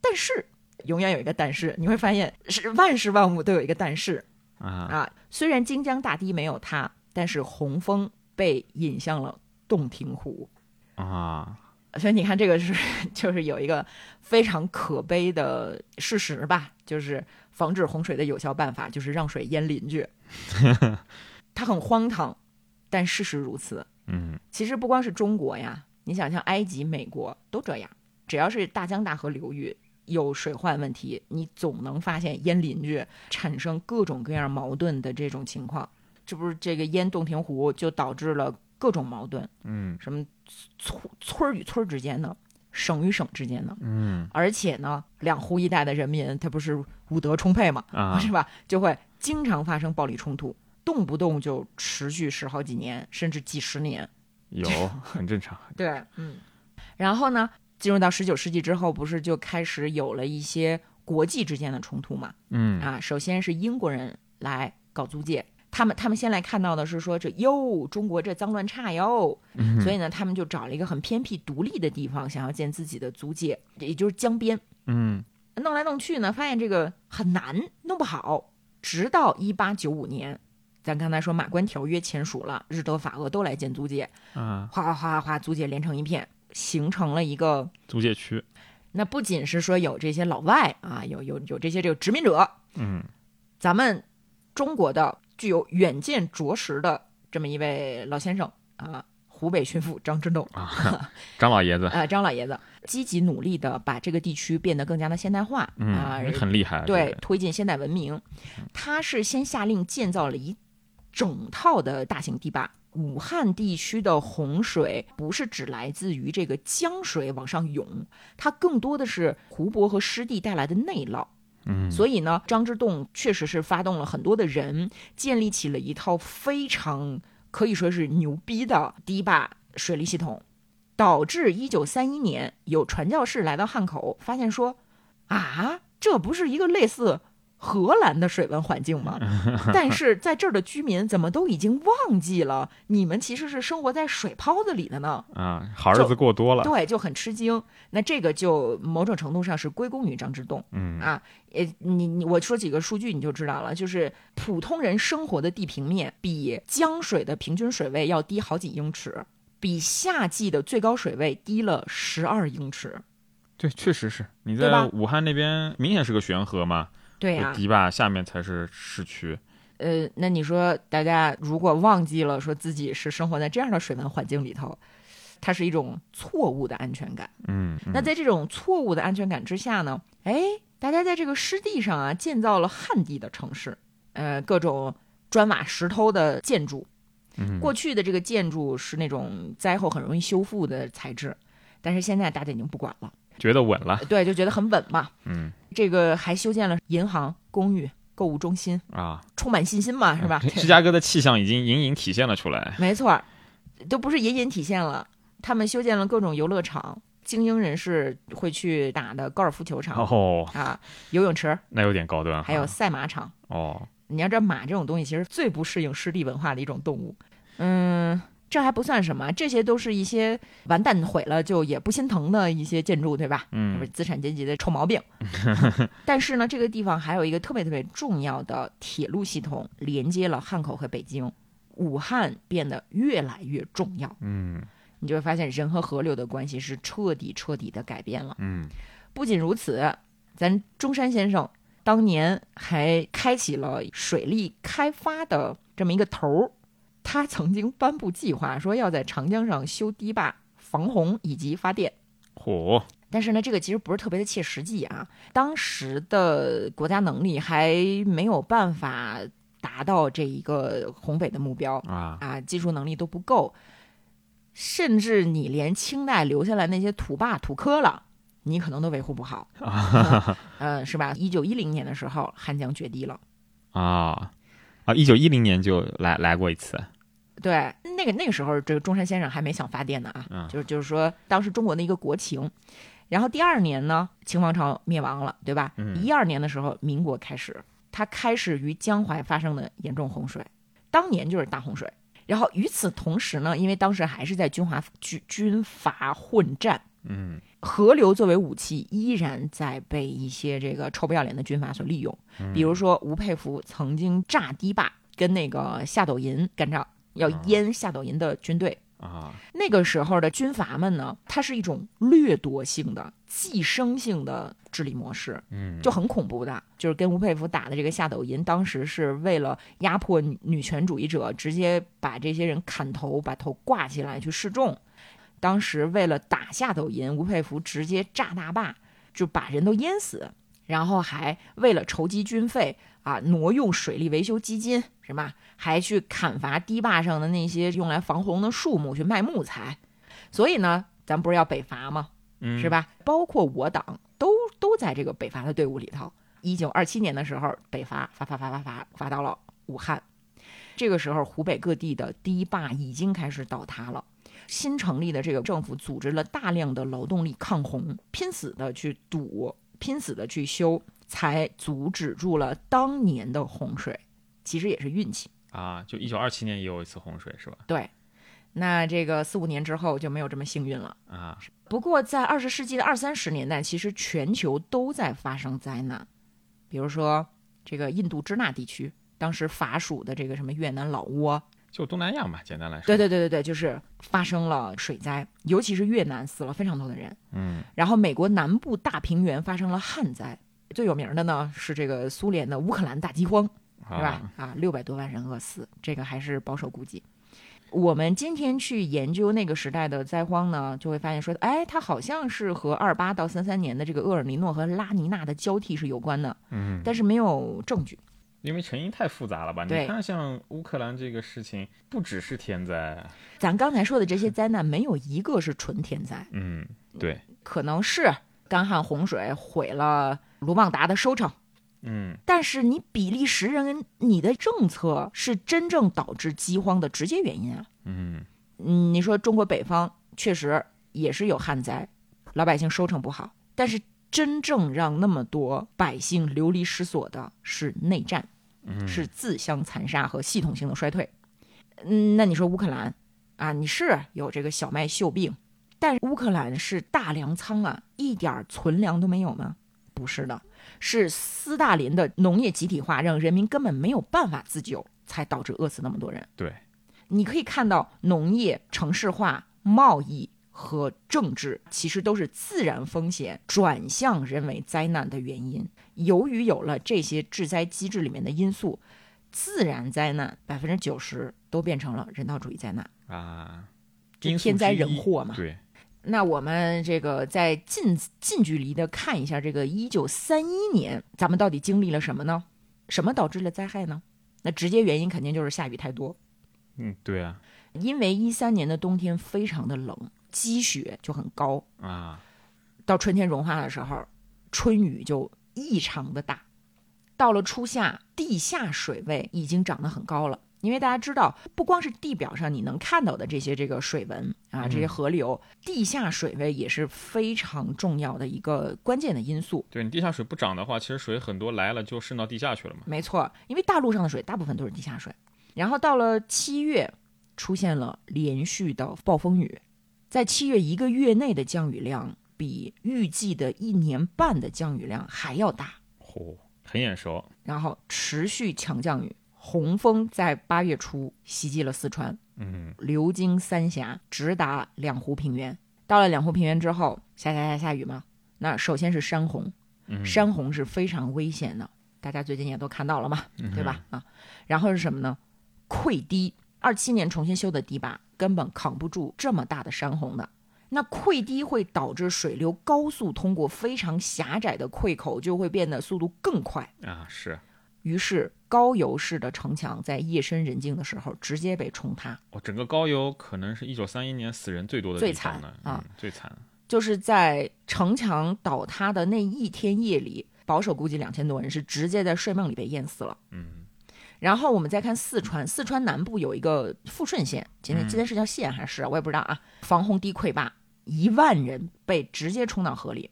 A: 但是永远有一个但是，你会发现是万事万物都有一个但是
B: 啊，
A: 啊。虽然荆江大堤没有塌，但是洪峰被引向了洞庭湖，
B: 啊，
A: 所以你看这个是 就是有一个非常可悲的事实吧，就是防治洪水的有效办法就是让水淹邻居，它很荒唐，但事实如此。
B: 嗯，
A: 其实不光是中国呀，你想像埃及、美国都这样，只要是大江大河流域有水患问题，你总能发现淹邻居，产生各种各样矛盾的这种情况。这不是这个淹洞庭湖就导致了各种矛盾，
B: 嗯，
A: 什么村村儿与村儿之间的，省与省之间的，
B: 嗯，
A: 而且呢，两湖一带的人民他不是武德充沛嘛，
B: 啊
A: 是吧？就会经常发生暴力冲突，动不动就持续十好几年，甚至几十年。
B: 有，很正常。
A: 对，嗯。然后呢，进入到十九世纪之后，不是就开始有了一些国际之间的冲突嘛？
B: 嗯
A: 啊，首先是英国人来搞租界，他们他们先来看到的是说这哟，中国这脏乱差哟，所以呢，他们就找了一个很偏僻独立的地方，想要建自己的租界，也就是江边。
B: 嗯，
A: 弄来弄去呢，发现这个很难，弄不好。直到一八九五年，咱刚才说马关条约签署了，日德法俄都来建租界，
B: 啊，
A: 哗哗哗哗，租界连成一片，形成了一个。
B: 租界区，
A: 那不仅是说有这些老外啊，有有有这些这个殖民者，
B: 嗯
A: 咱们中国的具有远见卓识的这么一位老先生啊，湖北巡抚张之洞
B: 啊，张老爷子，
A: 啊，张老爷子积极努力的把这个地区变得更加的现代化啊，
B: 嗯，很厉害。
A: 对，，嗯推进现代文明。他是先下令建造了一整套的大型堤坝。武汉地区的洪水不是只来自于这个江水往上涌，它更多的是湖泊和湿地带来的内涝。
B: 嗯，
A: 所以呢，张之洞确实是发动了很多的人，建立起了一套非常可以说是牛逼的堤坝水利系统，导致一九三一年有传教士来到汉口，发现说啊，这不是一个类似荷兰的水文环境吗？但是在这儿的居民怎么都已经忘记了，你们其实是生活在水泡子里的呢？
B: 啊，好日子过多了。
A: 对，就很吃惊。那这个就某种程度上是归功于张之洞。
B: 嗯
A: 啊，呃，你你我说几个数据你就知道了，就是普通人生活的地平面比江水的平均水位要低好几英尺，比夏季的最高水位低了十二英尺。
B: 对，确实是你
A: 对吧
B: 在武汉那边明显是个悬河嘛，
A: 对
B: 就
A: 呀、
B: 堤坝下面才是市区。
A: 呃，那你说大家如果忘记了说自己是生活在这样的水文环境里头，它是一种错误的安全感。
B: 嗯，
A: 那在这种错误的安全感之下呢，哎，大家在这个湿地上啊，建造了旱地的城市，呃，各种砖瓦石头的建筑。
B: 嗯
A: 过去的这个建筑是那种灾后很容易修复的材质，但是现在大家已经不管了，呃
B: 觉得稳了。
A: 对，就觉得很稳嘛。
B: 嗯
A: 这个还修建了银行、公寓、购物中心，
B: 啊，
A: 充满信心嘛，是吧？
B: 芝加哥的气象已经隐隐体现了出来。
A: 没错儿，都不是隐隐体现了，他们修建了各种游乐场，精英人士会去打的高尔夫球场、
B: 哦，
A: 啊，游泳池，
B: 那有点高端哈。
A: 还有赛马场。
B: 哦，
A: 你要知道，马这种东西其实最不适应湿地文化的一种动物。嗯，这还不算什么，这些都是一些完蛋毁了就也不心疼的一些建筑，对吧？不是
B: 嗯
A: 资产阶级的臭毛 病。但是呢，这个地方还有一个特别特别重要的铁路系统，连接了汉口和北京。武汉变得越来越重要，
B: 嗯
A: 你就会发现人和河流的关系是彻底彻底的改变了。
B: 嗯
A: 不仅如此，咱中山先生当年还开启了水利开发的这么一个头儿。他曾经颁布计划，说要在长江上修堤坝、防洪以及发电。
B: 嚯，
A: 但是呢，这个其实不是特别的切实际啊。当时的国家能力还没有办法达到这一个宏伟的目标
B: 啊，
A: 啊，技术能力都不够，甚至你连清代留下来那些土坝、土坷了，你可能都维护不好， 嗯，是吧？一九一零年的时候，汉江决堤了。
B: 啊啊！一九一零年就来来过一次，
A: 对，那个那个时候，这个中山先生还没想发电呢啊，
B: 嗯
A: 就是就是说，当时中国的一个国情。然后第二年呢，清王朝灭亡了，对吧？
B: 嗯
A: 一二年的时候，民国开始，它开始于江淮发生的严重洪水，当年就是大洪水。然后与此同时呢，因为当时还是在军阀军军阀混战，
B: 嗯
A: 河流作为武器依然在被一些这个臭不要脸的军阀所利用。比如说吴佩孚曾经炸堤坝，跟那个夏斗寅干仗，要
B: 啊
A: 淹夏斗寅的军队。
B: 啊
A: 那个时候的军阀们呢，它是一种掠夺性的、寄生性的治理模式，
B: 嗯
A: 就很恐怖的。就是跟吴佩孚打的这个夏斗寅，当时是为了压迫女女权主义者，直接把这些人砍头，把头挂起来去示众。当时为了打夏斗寅，吴佩孚直接炸大坝，就把人都淹死，然后还为了筹集军费啊，挪用水利维修基金，什么还去砍伐堤坝上的那些用来防洪的树木去卖木材。所以呢，咱不是要北伐吗？
B: 嗯
A: 是？吧？包括我党都都在这个北伐的队伍里头。一九二七年的时候，北伐发发发发发发到了武汉，这个时候湖北各地的堤坝已经开始倒塌了。新成立的这个政府组织了大量的劳动力抗洪，拼死的去堵，拼死的去修，才阻止住了当年的洪水。其实也是运气。
B: 啊，就一九二七年也有一次洪水是吧？
A: 对，那这个四五年之后就没有这么幸运了。
B: 啊，
A: 不过，在二十世纪的二三十年代，其实全球都在发生灾难，比如说这个印度支那地区，当时法属的这个什么越南、老挝，
B: 就东南亚嘛，简单来说，
A: 对，对对对对，就是发生了水灾，尤其是越南死了非常多的人。
B: 嗯
A: 然后，美国南部大平原发生了旱灾，最有名的呢是这个苏联的乌克兰大饥荒，是吧
B: 啊，？
A: 啊，六百多万人饿死，这个还是保守估计。我们今天去研究那个时代的灾荒呢，就会发现说，哎，它好像是和二八到三三年的这个厄尔尼诺和拉尼娜的交替是有关的，
B: 嗯，
A: 但是没有证据。
B: 因为成因太复杂了吧？你
A: 对
B: 看，像乌克兰这个事情，不只是天灾，
A: 咱刚才说的这些灾难，没有一个是纯天灾，
B: 嗯，对，
A: 可能是干旱洪水毁了卢旺达的收成，
B: 嗯
A: 但是你比利时人你的政策是真正导致饥荒的直接原因啊。
B: 嗯
A: 嗯，你说中国北方确实也是有旱灾，老百姓收成不好，但是真正让那么多百姓流离失所的是内战，
B: 嗯，
A: 是自相残杀和系统性的衰退。嗯，那你说乌克兰啊，你是有这个小麦锈病，但乌克兰是大粮仓啊，一点儿存粮都没有吗？不是的，是斯大林的农业集体化让人民根本没有办法自救，才导致饿死那么多人。
B: 对，
A: 你可以看到农业、城市化、贸易和政治其实都是自然风险转向人为灾难的原因。由于有了这些致灾机制里面的因素，自然灾难百分之九十都变成了人道主义灾难，
B: 啊，
A: 就
B: 因素
A: 天灾
B: 之一
A: 人祸嘛。
B: 对，
A: 那我们这个在近近距离的看一下这个一九三一年，咱们到底经历了什么呢？什么导致了灾害呢？那直接原因肯定就是下雨太多。
B: 嗯对啊
A: 因为一三年的冬天非常的冷，积雪就很高，
B: 啊，
A: 到春天融化的时候，春雨就异常的大。到了初夏，地下水位已经涨得很高了，因为大家知道，不光是地表上你能看到的这些这个水文啊，这些河流，地下水位也是非常重要的一个关键的因素。
B: 对你地下水不涨的话，其实水很多来了就渗到地下去了嘛。
A: 没错，因为大陆上的水大部分都是地下水。然后到了七月，出现了连续的暴风雨，在七月一个月内的降雨量比预计的一年半的降雨量还要大，
B: 嚯、很眼熟，
A: 然后持续强降雨。洪峰在八月初袭击了四川，
B: 嗯
A: 流经三峡，直达两湖平原。到了两湖平原之后，下下下下雨嘛，那首先是山洪，
B: 嗯
A: 山洪是非常危险的，大家最近也都看到了嘛，
B: 嗯
A: 对吧？啊，然后是什么呢？溃堤，二七年重新修的堤坝根本扛不住这么大的山洪的。那溃堤会导致水流高速通过非常狭窄的溃口，就会变得速度更快。
B: 啊，是，
A: 于是高邮市的城墙在夜深人静的时候直接被冲塌。
B: 哦，整个高邮可能是一九三一年死人最多的
A: 最
B: 地方
A: 惨
B: 了
A: 啊
B: 嗯，最惨，
A: 就是在城墙倒塌的那一天夜里，保守估计两千多人是直接在睡梦里被淹死了。
B: 嗯，
A: 然后我们再看四川，四川南部有一个富顺县，今天
B: 嗯
A: 今天是叫县还是市啊我也不知道啊。防洪堤溃坝，一万人被直接冲到河里。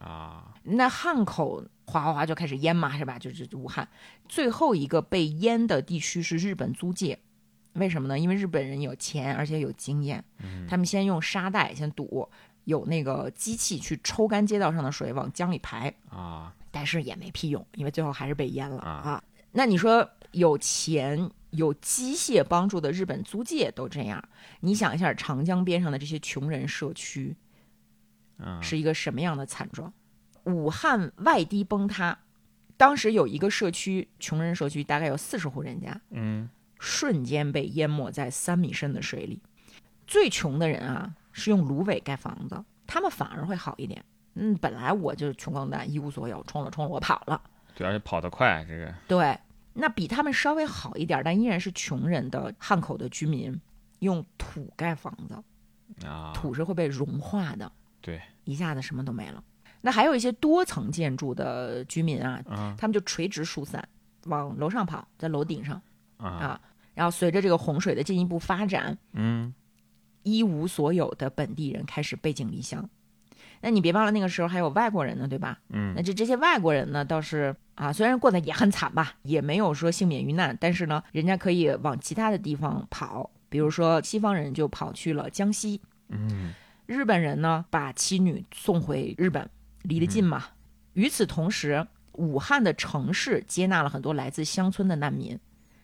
B: 啊，
A: 那汉口哗哗哗就开始淹嘛，是吧？就是就是武汉最后一个被淹的地区是日本租界，为什么呢？因为日本人有钱，而且有经验，他们先用沙袋先堵，有那个机器去抽干街道上的水往江里排，
B: 啊，
A: 但是也没屁用，因为最后还是被淹了
B: 啊
A: 啊。那你说有钱有机械帮助的日本租界都这样，你想一下长江边上的这些穷人社区，
B: 嗯，
A: 是一个什么样的惨状？武汉外堤崩塌，当时有一个社区，穷人社区大概有四十户人家，
B: 嗯，
A: 瞬间被淹没在三米深的水里。最穷的人啊，是用芦苇盖房子，他们反而会好一点。嗯，本来我就是穷光蛋，一无所有，冲了冲了，我跑了。
B: 对，而且跑得快，这个，
A: 对，那比他们稍微好一点，但依然是穷人的汉口的居民，用土盖房子，
B: 啊，
A: 土是会被融化的，
B: 对，
A: 一下子什么都没了。那还有一些多层建筑的居民啊，
B: 啊
A: 他们就垂直疏散，往楼上跑，在楼顶上，
B: 啊，
A: 啊然后随着这个洪水的进一步发展，
B: 嗯，
A: 一无所有的本地人开始背井离乡。那你别忘了那个时候还有外国人呢，对吧？
B: 嗯
A: 那这这些外国人呢，倒是啊，虽然过得也很惨吧，也没有说幸免于难，但是呢，人家可以往其他的地方跑，比如说西方人就跑去了江西，
B: 嗯，
A: 日本人呢把妻女送回日本，离得近嘛。与此同时，武汉的城市接纳了很多来自乡村的难民，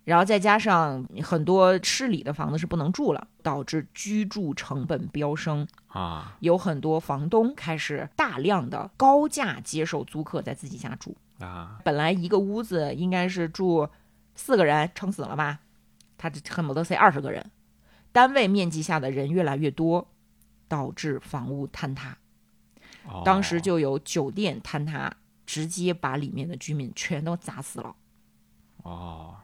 A: 然后再加上很多市里的房子是不能住了，导致居住成本飙升，
B: 啊，
A: 有很多房东开始大量的高价接受租客在自己家住。
B: 啊，
A: 本来一个屋子应该是住四个人，撑死了吧？他这恨不得塞二十个人。单位面积下的人越来越多，导致房屋坍塌。
B: 哦
A: 当时就有酒店坍塌，直接把里面的居民全都砸死了。
B: 哦，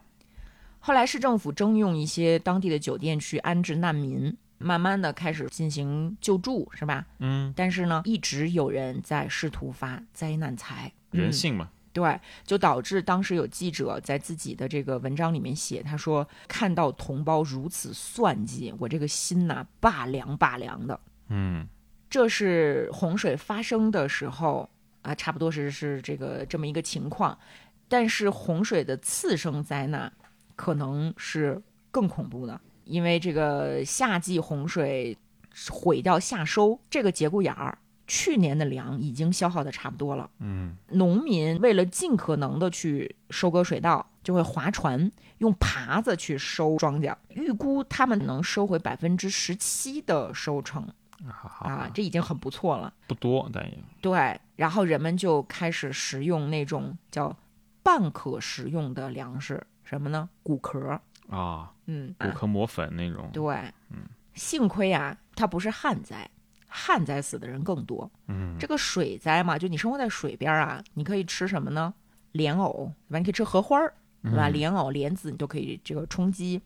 A: 后来市政府征用一些当地的酒店去安置难民，慢慢的开始进行救助，是吧？
B: 嗯，
A: 但是呢，一直有人在试图发灾难财，
B: 人
A: 嗯
B: 性嘛，
A: 对，就导致当时有记者在自己的这个文章里面写，他说看到同胞如此算计，我这个心呐、拔凉拔凉的。
B: 嗯，
A: 这是洪水发生的时候啊，差不多是是这个这么一个情况，但是洪水的次生灾难可能是更恐怖的，因为这个夏季洪水毁掉夏收这个节骨眼儿，去年的粮已经消耗的差不多了，
B: 嗯，
A: 农民为了尽可能的去收割水稻，就会划船用耙子去收庄稼，预估他们能收回百分之十七的收成。啊
B: 啊，，
A: 这已经很不错了。
B: 不多，但也，
A: 对，然后人们就开始食用那种叫半可食用的粮食，什么呢？谷壳。
B: 啊，
A: 嗯，
B: 骨科磨粉那种，
A: 对，
B: 嗯
A: 幸亏啊，它不是旱灾，旱灾死的人更多。
B: 嗯，
A: 这个水灾嘛，就你生活在水边儿啊，你可以吃什么呢？莲藕，对吧？你可以吃荷花儿，
B: 嗯
A: 对吧？莲藕、莲子你都可以这个充饥，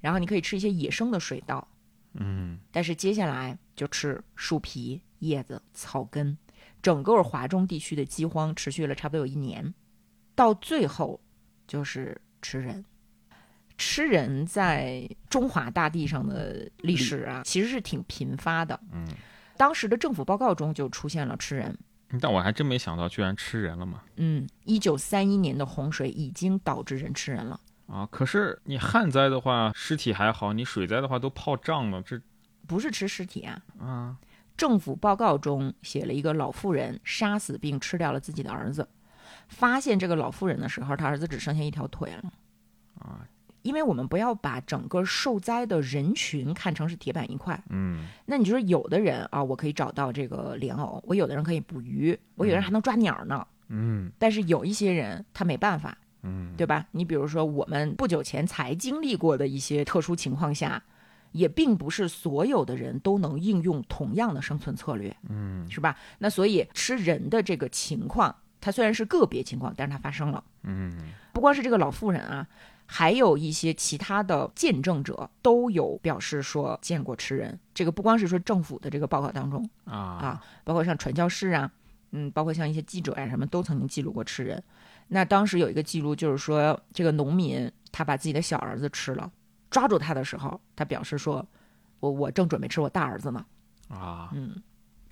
A: 然后你可以吃一些野生的水稻，
B: 嗯，
A: 但是接下来就吃树皮、叶子、草根。整个华中地区的饥荒持续了差不多有一年，到最后就是吃人。吃人在中华大地上的历史啊，其实是挺频发的。嗯，当时的政府报告中就出现了吃人。
B: 但我还真没想到，居然吃人了嘛。
A: 嗯，一九三一年的洪水已经导致人吃人了。
B: 啊，可是你旱灾的话，尸体还好；你水灾的话，都泡胀了。这
A: 不是吃尸体啊。
B: 啊，
A: 政府报告中写了一个老妇人杀死并吃掉了自
B: 啊
A: 己的儿子。发现这个老妇人的时候，她儿子只剩下一条腿了。因为我们不要把整个受灾的人群看成是铁板一块。
B: 嗯，
A: 那你就是有的人啊，我可以找到这个莲藕，我有的人可以捕鱼，我有的人还能抓鸟呢。
B: 嗯
A: 但是有一些人他没办法，
B: 嗯，
A: 对吧？你比如说，我们不久前才经历过的一些特殊情况下，也并不是所有的人都能应用同样的生存策略，
B: 嗯
A: 是吧？那所以吃人的这个情况，它虽然是个别情况，但是它发生了。
B: 嗯
A: 不光是这个老妇人啊，还有一些其他的见证者都有表示说见过吃人。这个不光是说政府的这个报告当中，
B: 啊
A: 啊，包括像传教士啊，嗯，包括像一些记者呀、什么，都曾经记录过吃人。那当时有一个记录，就是说这个农民他把自己的小儿子吃了，抓住他的时候，他表示说：“我我正准备吃我大儿子呢。
B: 啊，”
A: 嗯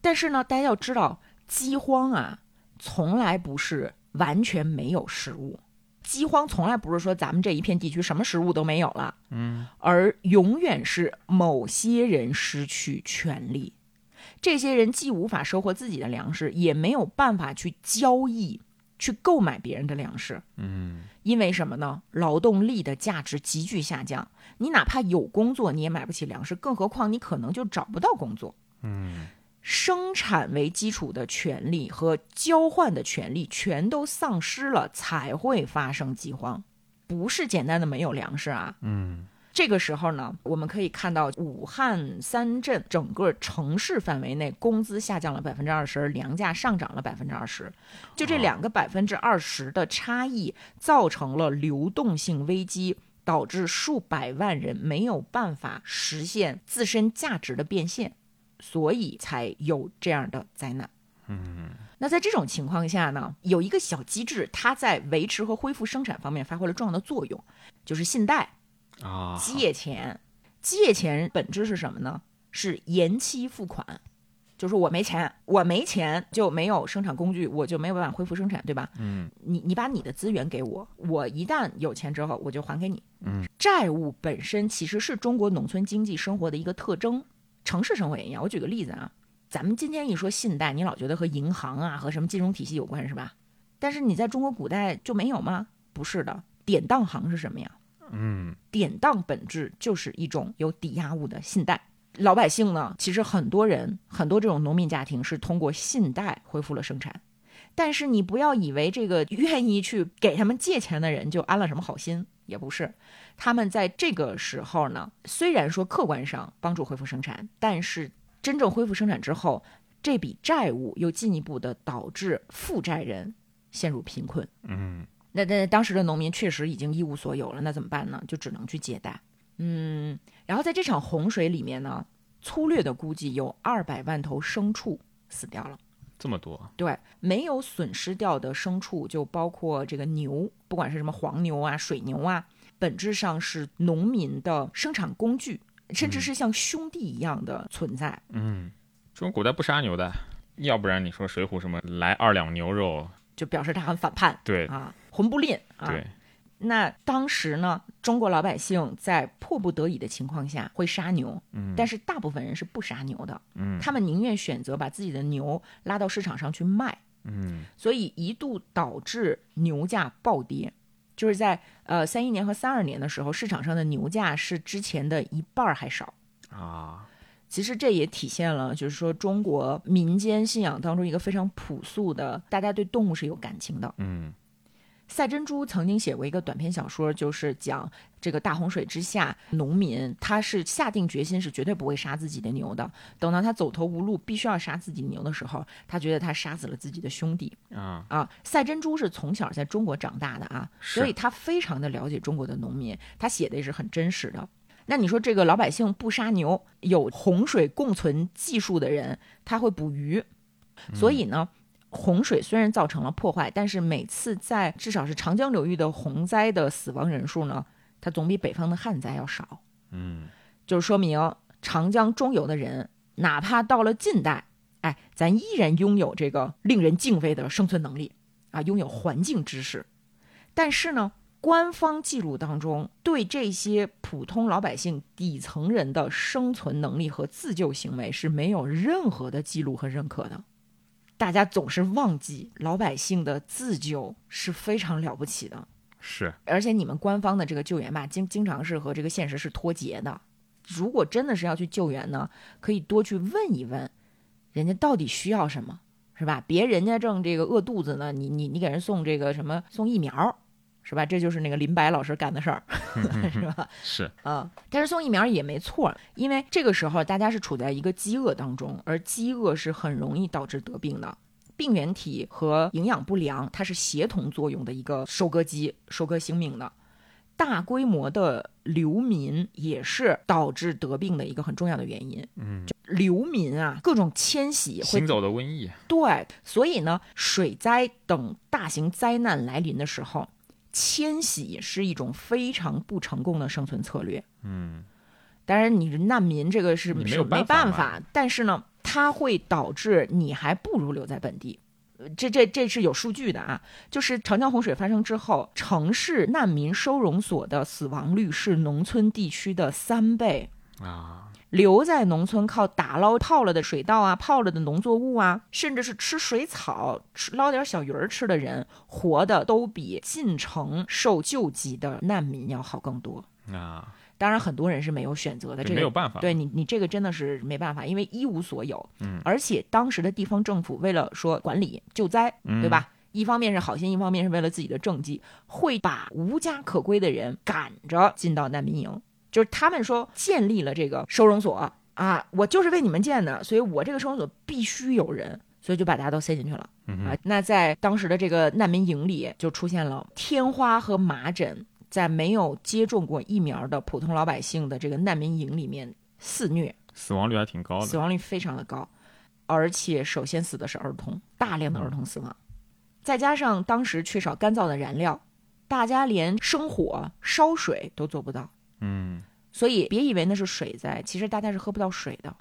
A: 但是呢，大家要知道，饥荒啊，从来不是完全没有食物。饥荒从来不是说咱们这一片地区什么食物都没有了，
B: 嗯，
A: 而永远是某些人失去权利，这些人既无法收获自己的粮食，也没有办法去交易、去购买别人的粮食。
B: 嗯
A: 因为什么呢？劳动力的价值急剧下降，你哪怕有工作，你也买不起粮食，更何况你可能就找不到工作。
B: 嗯
A: 生产为基础的权利和交换的权利全都丧失了，才会发生饥荒。不是简单的没有粮食啊，
B: 嗯
A: 这个时候呢，我们可以看到武汉三镇整个城市范围内工资下降了百分之二十，粮价上涨了百分之二十，就这两个百分之二十的差异，造成了流动性危机。导致数百万人没有办法实现自身价值的变现，所以才有这样的灾难。
B: 嗯
A: 那在这种情况下呢，有一个小机制，它在维持和恢复生产方面发挥了重要的作用，就是信贷。
B: 啊，
A: 借钱，借钱本质是什么呢？是延期付款，就是我没钱，我没钱就没有生产工具，我就没有办法恢复生产，对吧？
B: 嗯
A: 你你把你的资源给我，我一旦有钱之后，我就还给你。
B: 嗯，
A: 债务本身其实是中国农村经济生活的一个特征，城市生活也一样。我举个例子啊，咱们今天一说信贷，你老觉得和银行啊和什么金融体系有关是吧？但是你在中国古代就没有吗？不是的，典当行是什么呀？
B: 嗯
A: 典当本质就是一种有抵押物的信贷。老百姓呢，其实很多人，很多这种农民家庭是通过信贷恢复了生产。但是你不要以为这个愿意去给他们借钱的人就安了什么好心，也不是。他们在这个时候呢，虽然说客观上帮助恢复生产，但是真正恢复生产之后，这笔债务又进一步的导致负债人陷入贫困。
B: 嗯
A: 那那当时的农民确实已经一无所有了，那怎么办呢？就只能去借贷。嗯，然后在这场洪水里面呢，粗略的估计有二百万头牲畜死掉了。
B: 这么多，
A: 对，没有损失掉的牲畜就包括这个牛，不管是什么黄牛啊、水牛啊，本质上是农民的生产工具，甚至是像兄弟一样的存在。
B: 嗯，中国古代不杀牛的，要不然你说《水浒》什么来二两牛肉，
A: 就表示他很反叛
B: 对
A: 啊，混不吝啊。
B: 对，
A: 那当时呢，中国老百姓在迫不得已的情况下会杀牛，
B: 嗯
A: 但是大部分人是不杀牛的，
B: 嗯
A: 他们宁愿选择把自己的牛拉到市场上去卖，
B: 嗯
A: 所以一度导致牛价暴跌。就是在呃三一年和三二年的时候，市场上的牛价是之前的一半儿还少。
B: 啊，
A: 其实这也体现了，就是说中国民间信仰当中一个非常朴素的，大家对动物是有感情的。
B: 嗯
A: 赛珍珠曾经写过一个短篇小说，就是讲这个大洪水之下，农民他是下定决心是绝对不会杀自己的牛的。等到他走投无路，必须要杀自己牛的时候，他觉得他杀死了自己的兄弟
B: 啊，
A: 啊。赛珍珠是从小在中国长大的啊，
B: 是
A: 所以他非常的了解中国的农民，他写的也是很真实的。那你说这个老百姓不杀牛，有洪水共存技术的人，他会捕鱼，
B: 嗯
A: 所以呢，洪水虽然造成了破坏，但是每次在至少是长江流域的洪灾的死亡人数呢，它总比北方的旱灾要少，
B: 嗯
A: 就是说明长江中游的人，哪怕到了近代，哎，咱依然拥有这个令人敬畏的生存能力啊，拥有环境知识，但是呢。官方记录当中对这些普通老百姓、底层人的生存能力和自救行为是没有任何的记录和认可的。大家总是忘记老百姓的自救是非常了不起的。
B: 是
A: 而且你们官方的这个救援吧，经经常是和这个现实是脱节的。如果真的是要去救援呢，可以多去问一问，人家到底需要什么，是吧？别人家正这个饿肚子呢，你你你给人送这个什么送疫苗，是吧？这就是那个林白老师干的事儿，是吧？
B: 是，
A: 啊、但是送疫苗也没错，因为这个时候大家是处在一个饥饿当中，而饥饿是很容易导致得病的。病原体和营养不良，它是协同作用的一个收割机，收割性命的。大规模的流民也是导致得病的一个很重要的原因。
B: 嗯，
A: 流民啊，各种迁徙会
B: 行走的瘟疫，
A: 对，所以呢，水灾等大型灾难来临的时候，迁徙是一种非常不成功的生存策略。
B: 嗯，
A: 当然，你是难民这个是
B: 你没
A: 是
B: 有办
A: 没
B: 法
A: 办
B: 嘛
A: 法，但是呢，它会导致你还不如留在本地。呃这这这是有数据的啊，就是长江洪水发生之后，城市难民收容所的死亡率是农村地区的三倍。
B: 啊，
A: 留在农村靠打捞泡了的水稻啊、泡了的农作物啊，甚至是吃水草、吃捞点小鱼儿吃的人，活的都比进城受救济的难民要好更多。
B: 啊，
A: 当然，很多人是没有选择的，
B: 也
A: 这
B: 没有
A: 个
B: 办法，
A: 对你，你这个真的是没办法，因为一无所有。
B: 嗯，
A: 而且当时的地方政府为了说管理救灾，
B: 嗯
A: 对？吧？一方面是好心，一方面是为了自己的政绩，会把无家可归的人赶着进到难民营。就是他们说建立了这个收容所啊，我就是为你们建的，所以我这个收容所必须有人，所以就把大家都塞进去了
B: 嗯
A: 啊
B: 哼，。
A: 那在当时的这个难民营里，就出现了天花和麻疹，在没有接种过疫苗的普通老百姓的这个难民营里面肆虐，
B: 死亡率还挺高
A: 死
B: 的，
A: 亡率非常的高，而且首先死的是儿童，大量的儿童死亡，再加上当时缺少干燥的燃料，大家连生火烧水都做不到，
B: 嗯，
A: 所以别以为那是水灾，其实大家是喝不到水的，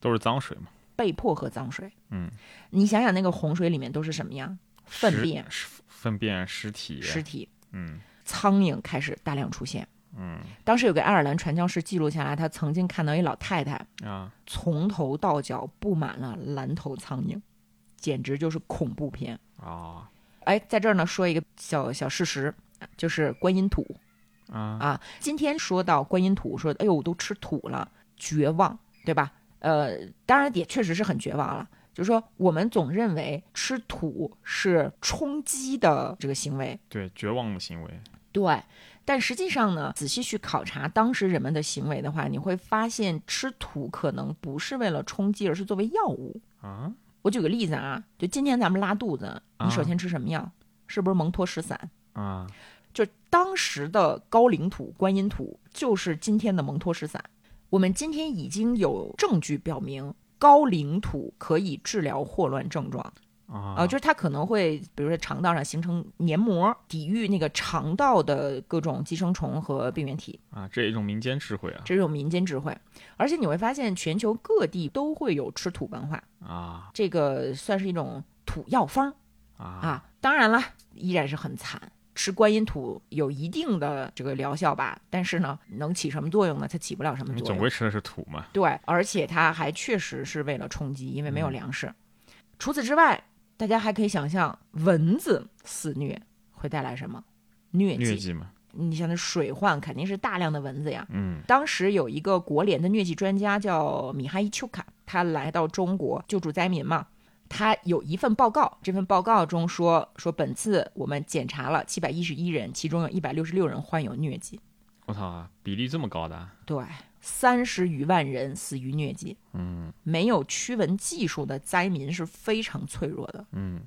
B: 都是脏水嘛，
A: 被迫喝脏水。
B: 嗯，
A: 你想想那个洪水里面都是什么样？粪
B: 尸
A: 便、
B: 尸粪便、尸体，
A: 尸体、
B: 嗯
A: 苍蝇开始大量出现。
B: 嗯
A: 当时有个爱尔兰传教士记录下来，他曾经看到一老太太
B: 啊，
A: 从头到脚布满了蓝头苍蝇，简直就是恐怖片。
B: 啊
A: 哎，在这儿呢说一个小小事实，就是观音土
B: 啊，
A: 啊。今天说到观音土，说哎呦我都吃土了，绝望，对吧？呃，当然也确实是很绝望了。就是说，我们总认为吃土是充饥的这个行为，
B: 对，绝望的行为，
A: 对。但实际上呢，仔细去考察当时人们的行为的话，你会发现吃土可能不是为了充饥，而是作为药物。
B: 啊，
A: 我举个例子啊，就今天咱们拉肚子，你首
B: 啊
A: 先吃什么药？是不是蒙脱石散？
B: 啊，
A: 就是当时的高岭土、观音土，就是今天的蒙脱石散。我们今天已经有证据表明，高岭土可以治疗霍乱症状
B: 啊
A: 啊、就是它可能会，比如说肠道上形成黏膜，抵御那个肠道的各种寄生虫和病原体，
B: 啊，这也一种民间智慧啊
A: 这是种民间智慧。而且你会发现，全球各地都会有吃土文化，
B: 啊
A: 这个算是一种土药方。
B: 啊
A: 啊，当然了，依然是很惨。吃观音土有一定的这个疗效吧，但是呢，能起什么作用呢？它起不了什么
B: 你
A: 作
B: 嗯总
A: 用
B: 归。吃的是土嘛，
A: 对，而且它还确实是为了充饥，因为没
B: 嗯
A: 有粮食。除此之外，大家还可以想象蚊子肆虐会带来什么疟
B: 疟
A: 疾。
B: 疾嘛，
A: 你像那水患，肯定是大量的蚊子呀。
B: 嗯
A: 当时有一个国联的疟疾专家叫米哈伊丘卡，他来到中国救助灾民嘛。他有一份报告，这份报告中说说本次我们检查了七百一十一人，其中有一百六十六人患有疟疾，
B: 我操啊，比例这么高的啊，
A: 对，三十余万人死于疟疾。
B: 嗯
A: 没有驱蚊技术的灾民是非常脆弱的。
B: 嗯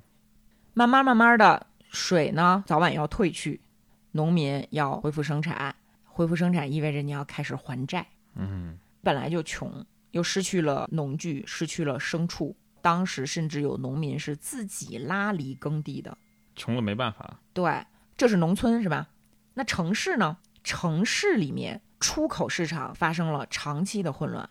A: 慢慢慢慢的，水呢早晚要退去，农民要恢复生产，恢复生产意味着你要开始还债。
B: 嗯
A: 本来就穷，又失去了农具，失去了牲畜。当时甚至有农民是自己拉犁耕地的。
B: 穷了没办法，
A: 对，这是农村是吧？那城市呢？城市里面出口市场发生了长期的混乱。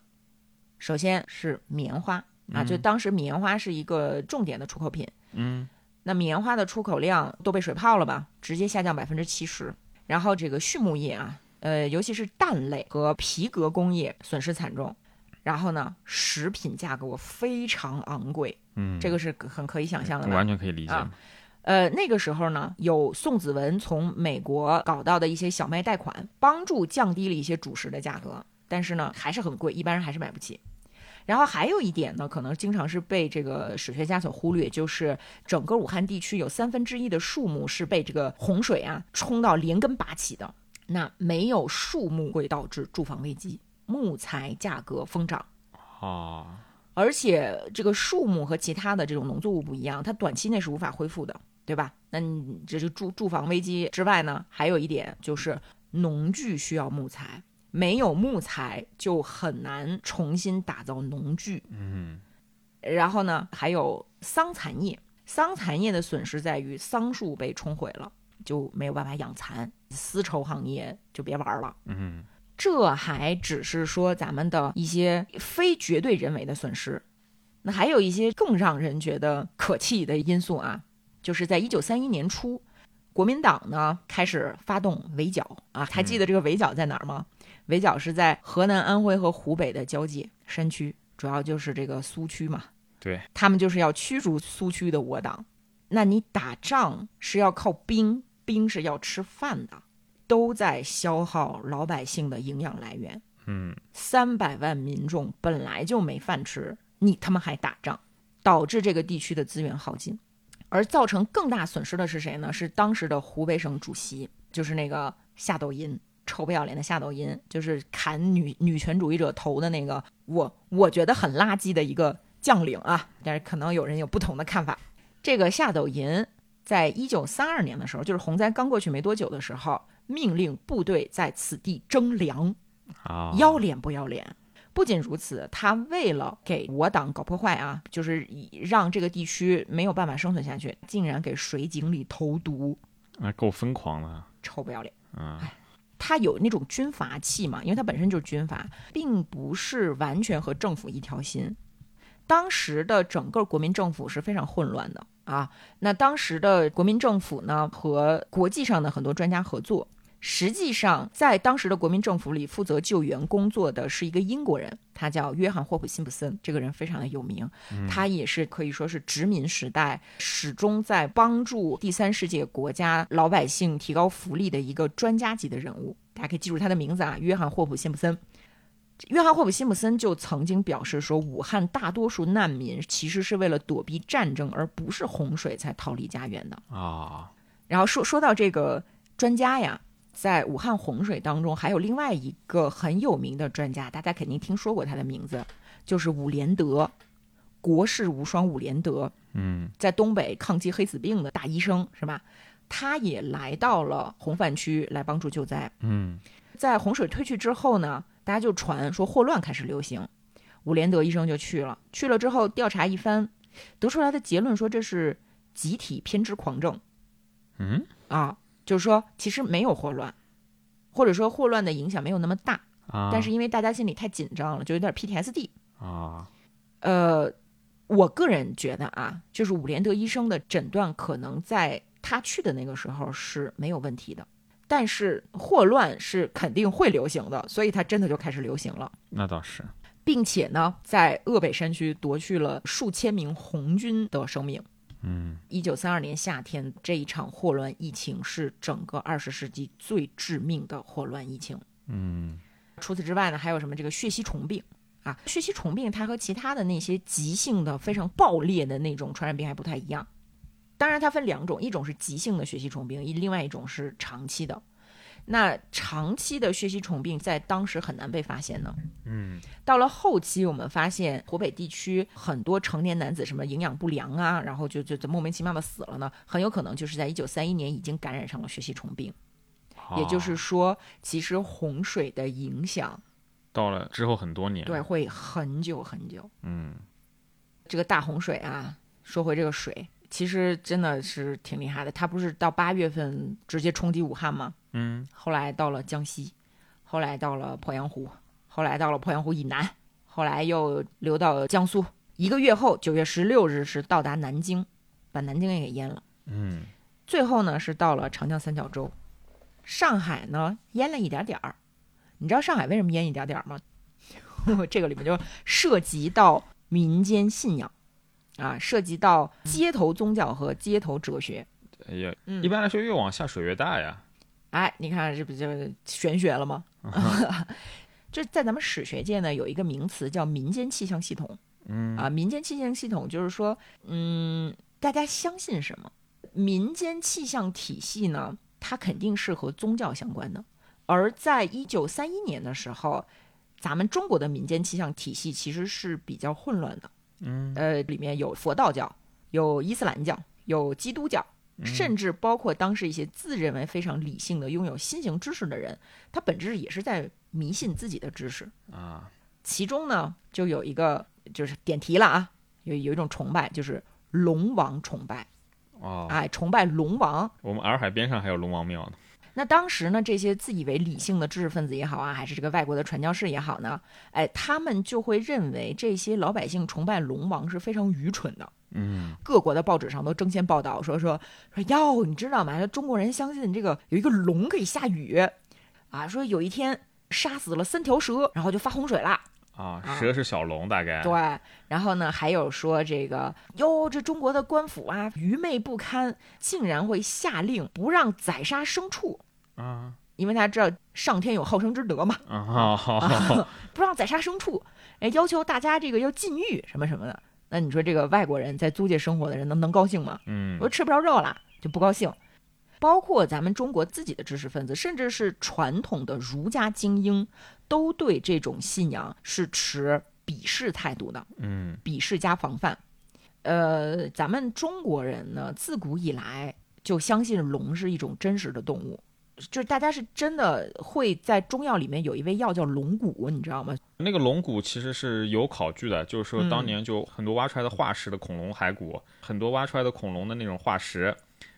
A: 首先是棉花啊，
B: 嗯
A: 就当时棉花是一个重点的出口品。
B: 嗯
A: 那棉花的出口量都被水泡了吧，直接下降百分之七十。然后这个畜牧业啊，呃，尤其是蛋类和皮革工业损失惨重。然后呢，食品价格非常昂贵，
B: 嗯，
A: 这个是很可以想象的吧？
B: 完全可以理解
A: 啊，呃，那个时候呢，有宋子文从美国搞到的一些小麦贷款，帮助降低了一些主食的价格，但是呢，还是很贵，一般人还是买不起。然后还有一点呢，可能经常是被这个史学家所忽略，就是整个武汉地区有三分之一的树木是被这个洪水啊冲到连根拔起的。那没有树木会导致住房危机，木材价格疯涨。
B: 哦，
A: 而且这个树木和其他的这种农作物不一样，它短期内是无法恢复的，对吧？那你这是住住房危机之外呢，还有一点就是农具需要木材，没有木材就很难重新打造农具。
B: 嗯，
A: 然后呢，还有桑蚕业，桑蚕业的损失在于桑树被冲毁了，就没有办法养蚕，丝绸行业就别玩了。
B: 嗯，
A: 这还只是说咱们的一些非绝对人为的损失，那还有一些更让人觉得可气的因素啊，就是在一九三一年初，国民党呢开始发动围剿啊，还记得这个围剿在哪儿吗？围剿是在河南、安徽和湖北的交界山区，主要就是这个苏区嘛。
B: 对，
A: 他们就是要驱逐苏区的我党。那你打仗是要靠兵，兵是要吃饭的，都在消耗老百姓的营养来源。
B: 嗯，
A: 三百万民众本来就没饭吃，你他妈还打仗，导致这个地区的资源耗尽。而造成更大损失的是谁呢？是当时的湖北省主席，就是那个夏斗寅，臭不要脸的夏斗寅，就是砍女女权主义者头的那个，我我觉得很垃圾的一个将领啊。但是可能有人有不同的看法。这个夏斗寅在一九三二年的时候，就是洪灾刚过去没多久的时候，命令部队在此地征粮。
B: 啊，
A: 要脸不要脸？不仅如此，他为了给我党搞破坏啊，就是以让这个地区没有办法生存下去，竟然给水井里投毒，
B: 那够疯狂了，
A: 臭不要脸！
B: 嗯，
A: 他有那种军阀气嘛，因为他本身就是军阀，并不是完全和政府一条心。当时的整个国民政府是非常混乱的啊。那当时的国民政府呢，和国际上的很多专家合作，实际上在当时的国民政府里负责救援工作的是一个英国人，他叫约翰霍普辛普森，这个人非常的有名，他也是可以说是殖民时代始终在帮助第三世界国家老百姓提高福利的一个专家级的人物。大家可以记住他的名字啊，约翰霍普辛普森。约翰霍普辛普森就曾经表示说，武汉大多数难民其实是为了躲避战争，而不是洪水才逃离家园的。
B: 啊，
A: 然后说说到这个专家呀，在武汉洪水当中，还有另外一个很有名的专家，大家肯定听说过他的名字，就是伍连德，国士无双伍连德，
B: 嗯，
A: 在东北抗击黑死病的大医生是吧？他也来到了洪泛区来帮助救灾。
B: 嗯，
A: 在洪水退去之后呢，大家就传说霍乱开始流行，伍连德医生就去了。去了之后调查一番，得出来的结论说这是集体偏执狂症。
B: 嗯，
A: 啊，就是说其实没有霍乱，或者说霍乱的影响没有那么大，
B: 啊，
A: 但是因为大家心里太紧张了，就有点 PTSD。
B: 啊，
A: 呃，我个人觉得啊，就是伍连德医生的诊断可能在他去的那个时候是没有问题的，但是霍乱是肯定会流行的，所以他真的就开始流行了。
B: 那倒是，
A: 并且呢，在鄂北山区夺去了数千名红军的生命。
B: 嗯，
A: 一九三二年夏天，这一场霍乱疫情是整个二十世纪最致命的霍乱疫情。
B: 嗯，
A: 除此之外呢，还有什么这个血吸虫病啊？血吸虫病它和其他的那些急性的非常暴烈的那种传染病还不太一样。当然，它分两种，一种是急性的血吸虫病，一另外一种是长期的。那长期的血吸虫病在当时很难被发现呢。
B: 嗯，
A: 到了后期，我们发现湖北地区很多成年男子什么营养不良啊，然后就就就莫名其妙的死了呢，很有可能就是在一九三一年已经感染上了血吸虫病。也就
B: 啊
A: 是说，其实洪水的影响
B: 到了之后很多年，
A: 对，，会很久很久。
B: 嗯，
A: 这个大洪水啊，说回这个水，其实真的是挺厉害的。它不是到八月份直接冲击武汉吗？
B: 嗯，
A: 后来到了江西，后来到了鄱阳湖，后来到了鄱阳湖以南，后来又流到江苏。一个月后，九月十六日是到达南京，把南京也给淹了。
B: 嗯，
A: 最后呢是到了长江三角洲，上海呢淹了一点点儿。你知道上海为什么淹一点 点儿吗？这个里面就涉及到民间信仰啊，涉及到街头宗教和街头哲学。
B: 哎呀，
A: 嗯
B: 一般来说越往下水越大呀。
A: 哎，你看这不就玄学了吗？ 这在咱们史学界呢，有一个名词叫民间气象系统
B: 嗯
A: 啊。民间气象系统就是说，嗯，大家相信什么？民间气象体系呢，它肯定是和宗教相关的。而在一九三一年的时候，咱们中国的民间气象体系其实是比较混乱的。
B: 嗯，
A: 呃，里面有佛道教，有伊斯兰教，有基督教，
B: 嗯
A: 甚至包括当时一些自认为非常理性的、拥有新型知识的人，他本质也是在迷信自己的知识。
B: 啊，
A: 其中呢，就有一个就是点题了啊，有有一种崇拜就是龙王崇拜，
B: 哦，
A: 哎，崇拜龙王。
B: 我们洱海边上还有龙王庙呢。
A: 那当时呢，这些自以为理性的知识分子也好啊，还是这个外国的传教士也好呢，哎，他们就会认为这些老百姓崇拜龙王是非常愚蠢的。
B: 嗯，
A: 各国的报纸上都争先报道，说说说哟，你知道吗？中国人相信这个有一个龙可以下雨，啊，说有一天杀死了三条蛇，然后就发洪水啦。
B: 啊，
A: 啊
B: 蛇是小龙，大概。
A: 对，然后呢，还有说这个哟，这中国的官府啊，愚昧不堪，竟然会下令不让宰杀牲畜，
B: 啊
A: 因为他知道上天有好生之德嘛，
B: 啊，好好好，
A: 不让宰杀牲畜，哎，要求大家这个要禁欲什么什么的。那你说这个外国人在租界生活的人能能高兴吗？
B: 嗯
A: 我，吃不着肉了，就不高兴。包括咱们中国自己的知识分子，甚至是传统的儒家精英，都对这种信仰是持鄙视态度的，
B: 嗯
A: 鄙视加防范。呃，咱们中国人呢，自古以来就相信龙是一种真实的动物，就是大家是真的会在中药里面有一味药叫龙骨，你知道吗？
B: 那个龙骨其实是有考据的，就是说当
A: 嗯
B: 年就很多挖出来的化石的恐龙骸骨，很多挖出来的恐龙的那种化石，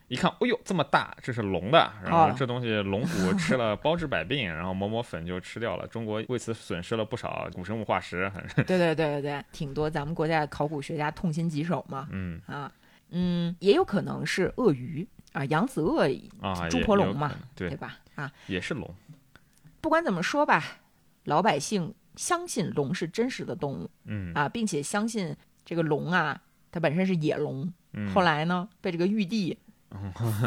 B: 一看，哎呦这么大，这是龙的，然后
A: 哦
B: 这东西龙骨吃了包治百病，然后磨磨粉就吃掉了。中国为此损失了不少古生物化石，很
A: 对对对对对，挺多咱们国家的考古学家痛心疾首嘛。
B: 嗯
A: 啊，嗯，也有可能是鳄鱼啊，扬子鳄，
B: 啊，
A: 猪
B: 也
A: 婆
B: 也
A: 龙
B: 有可
A: 嘛
B: 能
A: 对
B: 对，
A: 吧？啊，
B: 也是龙，
A: 不管怎么说吧，老百姓相信龙是真实的动物
B: 嗯
A: 啊，并且相信这个龙啊，它本身是野龙，
B: 嗯，
A: 后来呢被这个玉 帝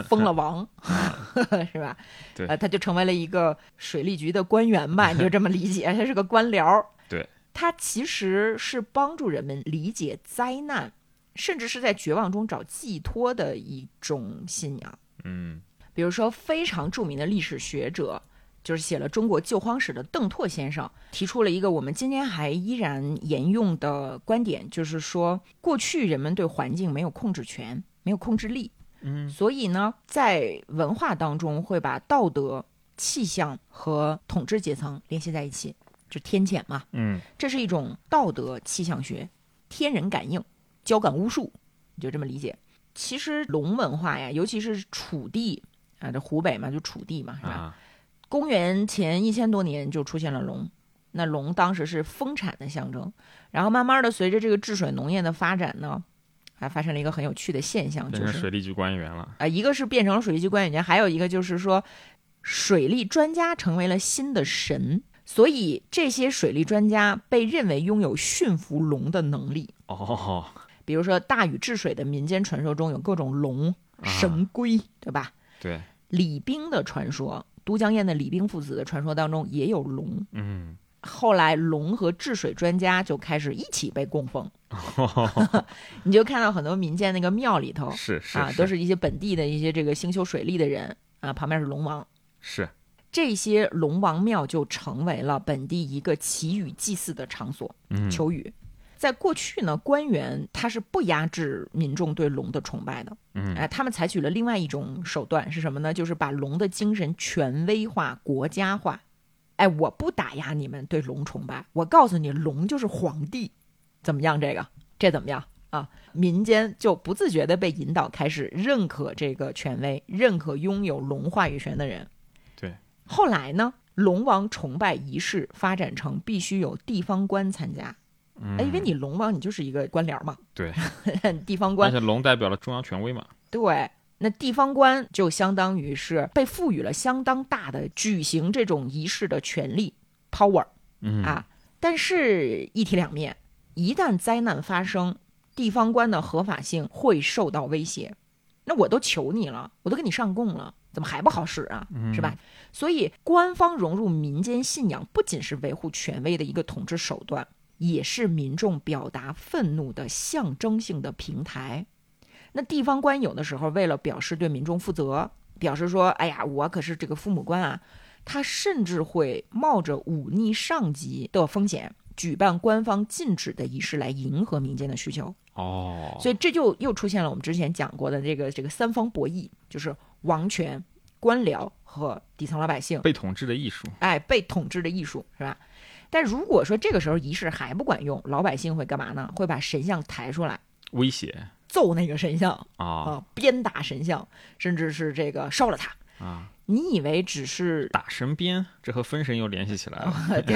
A: 封了王， 是吧？
B: 对
A: 呃，他就成为了一个水利局的官员吧，你就这么理解，他是个官僚儿。
B: 对，
A: 他其实是帮助人们理解灾难，甚至是在绝望中找寄托的一种信仰。
B: 嗯
A: 比如说，非常著名的历史学者，就是写了《中国救荒史》的邓拓先生，提出了一个我们今天还依然沿用的观点，就是说，过去人们对环境没有控制权，没有控制力，
B: 嗯
A: 所以呢，在文化当中会把道德、气象和统治阶层联系在一起，就天谴嘛。
B: 嗯
A: 这是一种道德气象学、天人感应、交感巫术，你就这么理解。其实龙文化呀，尤其是楚地啊，这湖北嘛，就楚地嘛，是吧？
B: 啊，
A: 公元前一千多年就出现了龙。那龙当时是丰产的象征，然后慢慢的随着这个治水农业的发展呢，还发生了一个很有趣的现象，
B: 变
A: 就
B: 成
A: 是
B: 水利局官员了，
A: 啊、一个是变成了水利局官员，还有一个就是说，水利专家成为了新的神，所以这些水利专家被认为拥有驯服龙的能力。
B: 哦，
A: 比如说，大禹治水的民间传说中有各种龙、神龟，对吧？
B: 对，
A: 李冰的传说，都江堰的李冰父子的传说当中也有龙。
B: 嗯，
A: 后来，龙和治水专家就开始一起被供奉，你就看到很多民间那个庙里 头
B: 是是
A: 啊，都是一些本地的一些这个兴修水利的人啊，旁边是龙王。
B: 是，
A: 这些龙王庙就成为了本地一个祈雨祭祀的场所。
B: 嗯
A: 求雨，在过去呢，官员他是不压制民众对龙的崇拜的。
B: 嗯
A: 哎，他们采取了另外一种手段是什么呢？就是把龙的精神权威化、国家化。哎，我不打压你们对龙崇拜，我告诉你，龙就是皇帝，怎么样？这个这怎么样啊？民间就不自觉地被引导开始认可这个权威，认可拥有龙话语权的人。
B: 对，
A: 后来呢，龙王崇拜仪式发展成必须有地方官参加。
B: 嗯
A: 哎，因为你龙王你就是一个官僚嘛，
B: 对，
A: 地方官
B: 而且龙代表了中央权威嘛，
A: 对，那地方官就相当于是被赋予了相当大的举行这种仪式的权利 power
B: 嗯
A: 啊。但是，一体两面，一旦灾难发生，地方官的合法性会受到威胁。那我都求你了，我都跟你上供了，怎么还不好使啊？是吧？所以，官方融入民间信仰，不仅是维护权威的一个统治手段，也是民众表达愤怒的象征性的平台。那地方官有的时候为了表示对民众负责，表示说：“哎呀，我可是这个父母官啊！”他甚至会冒着忤逆上级的风险，举办官方禁止的仪式来迎合民间的需求。
B: 哦，
A: 啊所以这就又出现了我们之前讲过的这个这个三方博弈，就是王权、官僚和底层老百姓，
B: 哦被统治的艺术，
A: 哎，被统治的艺术是吧？但如果说这个时候仪式还不管用，老百姓会干嘛呢？会把神像抬出来
B: 威胁
A: 揍那个神像
B: 啊
A: 啊，鞭打神像，甚至是这个烧了它。
B: 啊，
A: 你以为只是
B: 打神鞭，这和分神又联系起来了。
A: 对，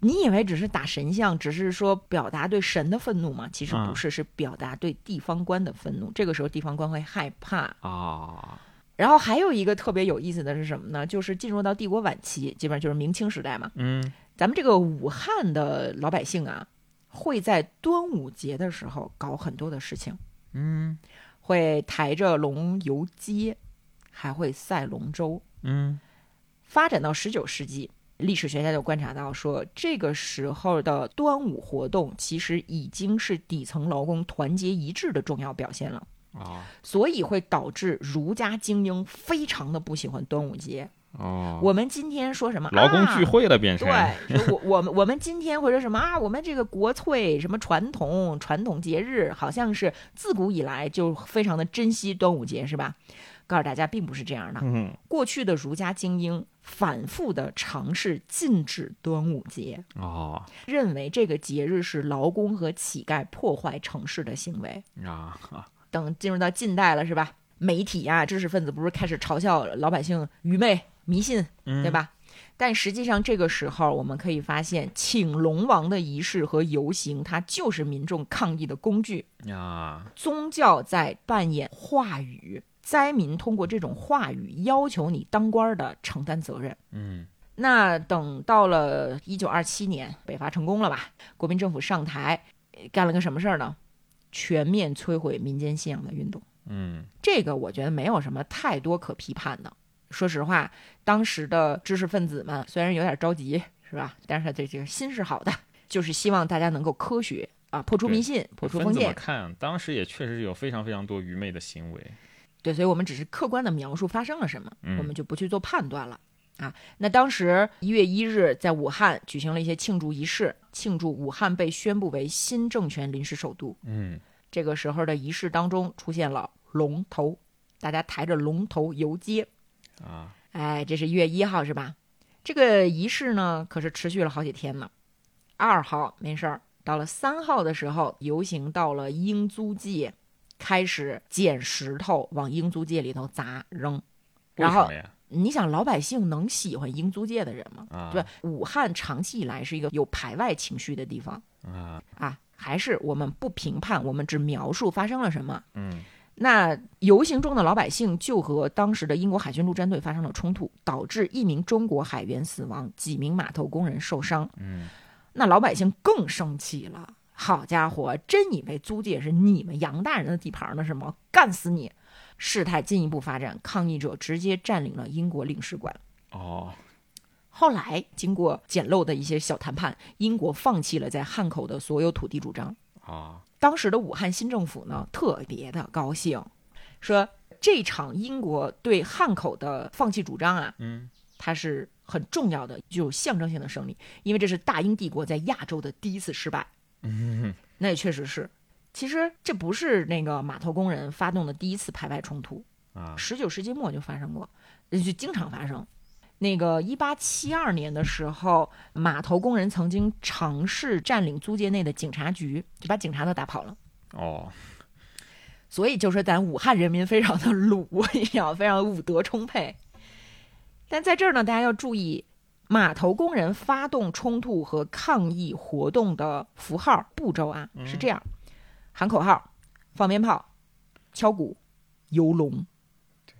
A: 你以为只是打神像，只是说表达对神的愤怒吗？其实不是，是表达对地方官的愤怒。这个时候地方官会害怕。
B: 啊，
A: 然后还有一个特别有意思的是什么呢？就是进入到帝国晚期，基本上就是明清时代嘛，
B: 嗯，
A: 咱们这个武汉的老百姓啊，会在端午节的时候搞很多的事情。
B: 嗯，
A: 会抬着龙游街，还会赛龙舟。
B: 嗯，
A: 发展到十九世纪，历史学家就观察到说，这个时候的端午活动其实已经是底层劳工团结一致的重要表现了，
B: 啊，
A: 所以会导致儒家精英非常的不喜欢端午节。
B: 哦，
A: 我们今天说什么
B: 劳工
A: 啊
B: 聚会了，变成
A: 对，说我我们我们今天会说什么啊？我们这个国粹什么传统传统节日，好像是自古以来就非常的珍惜端午节，是吧？告诉大家，并不是这样的。
B: 嗯，
A: 过去的儒家精英反复的尝试禁止端午节，
B: 哦，
A: 认为这个节日是劳工和乞丐破坏城市的行为。
B: 啊，
A: 等进入到近代了，是吧？媒体呀、知识分子不是开始嘲笑老百姓愚昧、迷信，
B: 嗯
A: 对吧？但实际上，这个时候我们可以发现，请龙王的仪式和游行，它就是民众抗议的工具。
B: 啊，
A: 宗教在扮演话语，灾民通过这种话语要求你当官儿的承担责任。
B: 嗯，
A: 那等到了一九二七年，北伐成功了吧？国民政府上台，呃干了个什么事儿呢？全面摧毁民间信仰的运动。
B: 嗯，
A: 这个我觉得没有什么太多可批判的。说实话，当时的知识分子们虽然有点着急，是吧？但是他这这个心是好的，就是希望大家能够科学啊，破除迷信，破除
B: 分
A: 封
B: 怎么
A: 建。
B: 看？当时也确实有非常非常多愚昧的行为。
A: 对，所以我们只是客观的描述发生了什么，
B: 嗯
A: 我们就不去做判断了。啊，那当时一月一日，在武汉举行了一些庆祝仪式，庆祝武汉被宣布为新政权临时首都。
B: 嗯，
A: 这个时候的仪式当中出现了龙头，大家抬着龙头游街。
B: 啊，
A: 哎，这是一月一号是吧？这个仪式呢，可是持续了好几天呢。二号没事儿，到了三号的时候，游行到了英租界，开始捡石头往英租界里头砸扔。
B: 为
A: 然
B: 什
A: 后
B: 么呀？
A: 你想，老百姓能喜欢英租界的人吗？
B: 啊，
A: 对吧，武汉长期以来是一个有排外情绪的地方
B: 啊，
A: 啊。还是我们不评判，我们只描述发生了什么。
B: 嗯，
A: 那游行中的老百姓就和当时的英国海军陆战队发生了冲突，导致一名中国海员死亡，几名码头工人受伤。
B: 嗯，
A: 那老百姓更生气了，好家伙，真以为租界是你们洋大人的地盘呢是吗？干死你！事态进一步发展，抗议者直接占领了英国领事馆。
B: 哦，
A: 后来经过简陋的一些小谈判，英国放弃了在汉口的所有土地主张。
B: 啊，
A: 当时的武汉新政府呢，特别的高兴，说这场英国对汉口的放弃主张啊，
B: 嗯，
A: 它是很重要的，具有象征性的胜利，因为这是大英帝国在亚洲的第一次失败。
B: 嗯，
A: 那也确实是，其实这不是那个码头工人发动的第一次排外冲突，
B: 啊，
A: 十九世纪末就发生过，呃就经常发生。那个一八七二年的时候，码头工人曾经尝试占领租界内的警察局，就把警察都打跑了。
B: 哦，
A: 所以就说咱武汉人民非常的鲁， 你知道，非常武德充沛。但在这儿呢，大家要注意，码头工人发动冲突和抗议活动的符号步骤啊是这样：喊口号、放鞭炮、敲鼓、游龙。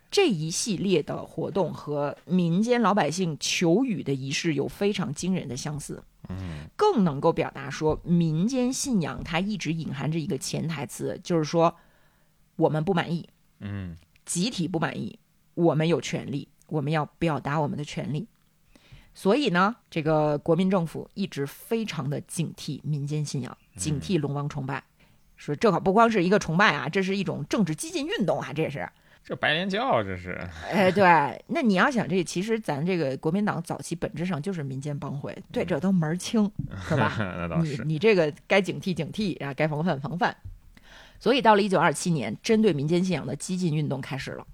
A: 这一系列的活动和民间老百姓求雨的仪式有非常惊人的相似。
B: 嗯
A: 更能够表达说民间信仰它一直隐含着一个潜台词，就是说我们不满意，
B: 嗯
A: 集体不满意，我们有权利，我们要表达我们的权利。所以呢，这个国民政府一直非常的警惕民间信仰，警惕龙王崇拜，说这可不光是一个崇拜啊，这是一种政治激进运动啊，这是。
B: 这白莲教这是，
A: 哎，对，那你要想这，其实咱这个国民党早期本质上就是民间帮会，对这都门儿清，是吧？
B: 那倒
A: 你
B: 是，
A: 你这个该警惕警惕啊，该防范防范。所以到了一九二七年，针对民间信仰的激进运动开始了。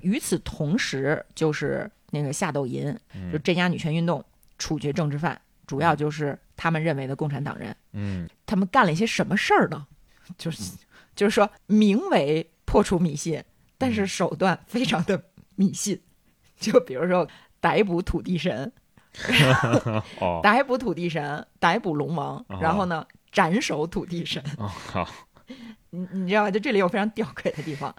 A: 与此同时，就是那个夏斗寅，就镇压女权运动，处决政治犯，主要就是他们认为的共产党人。
B: 嗯
A: 他们干了一些什么事儿呢？就是就是说，名为破除迷信，但是手段非常的迷信。就比如说逮捕土地神，
B: 哦
A: 逮捕土地神，逮捕龙
B: 啊
A: 王，然后呢斩首土地神。
B: 哦好，
A: 你你知道吧？就这里有非常吊诡的地方。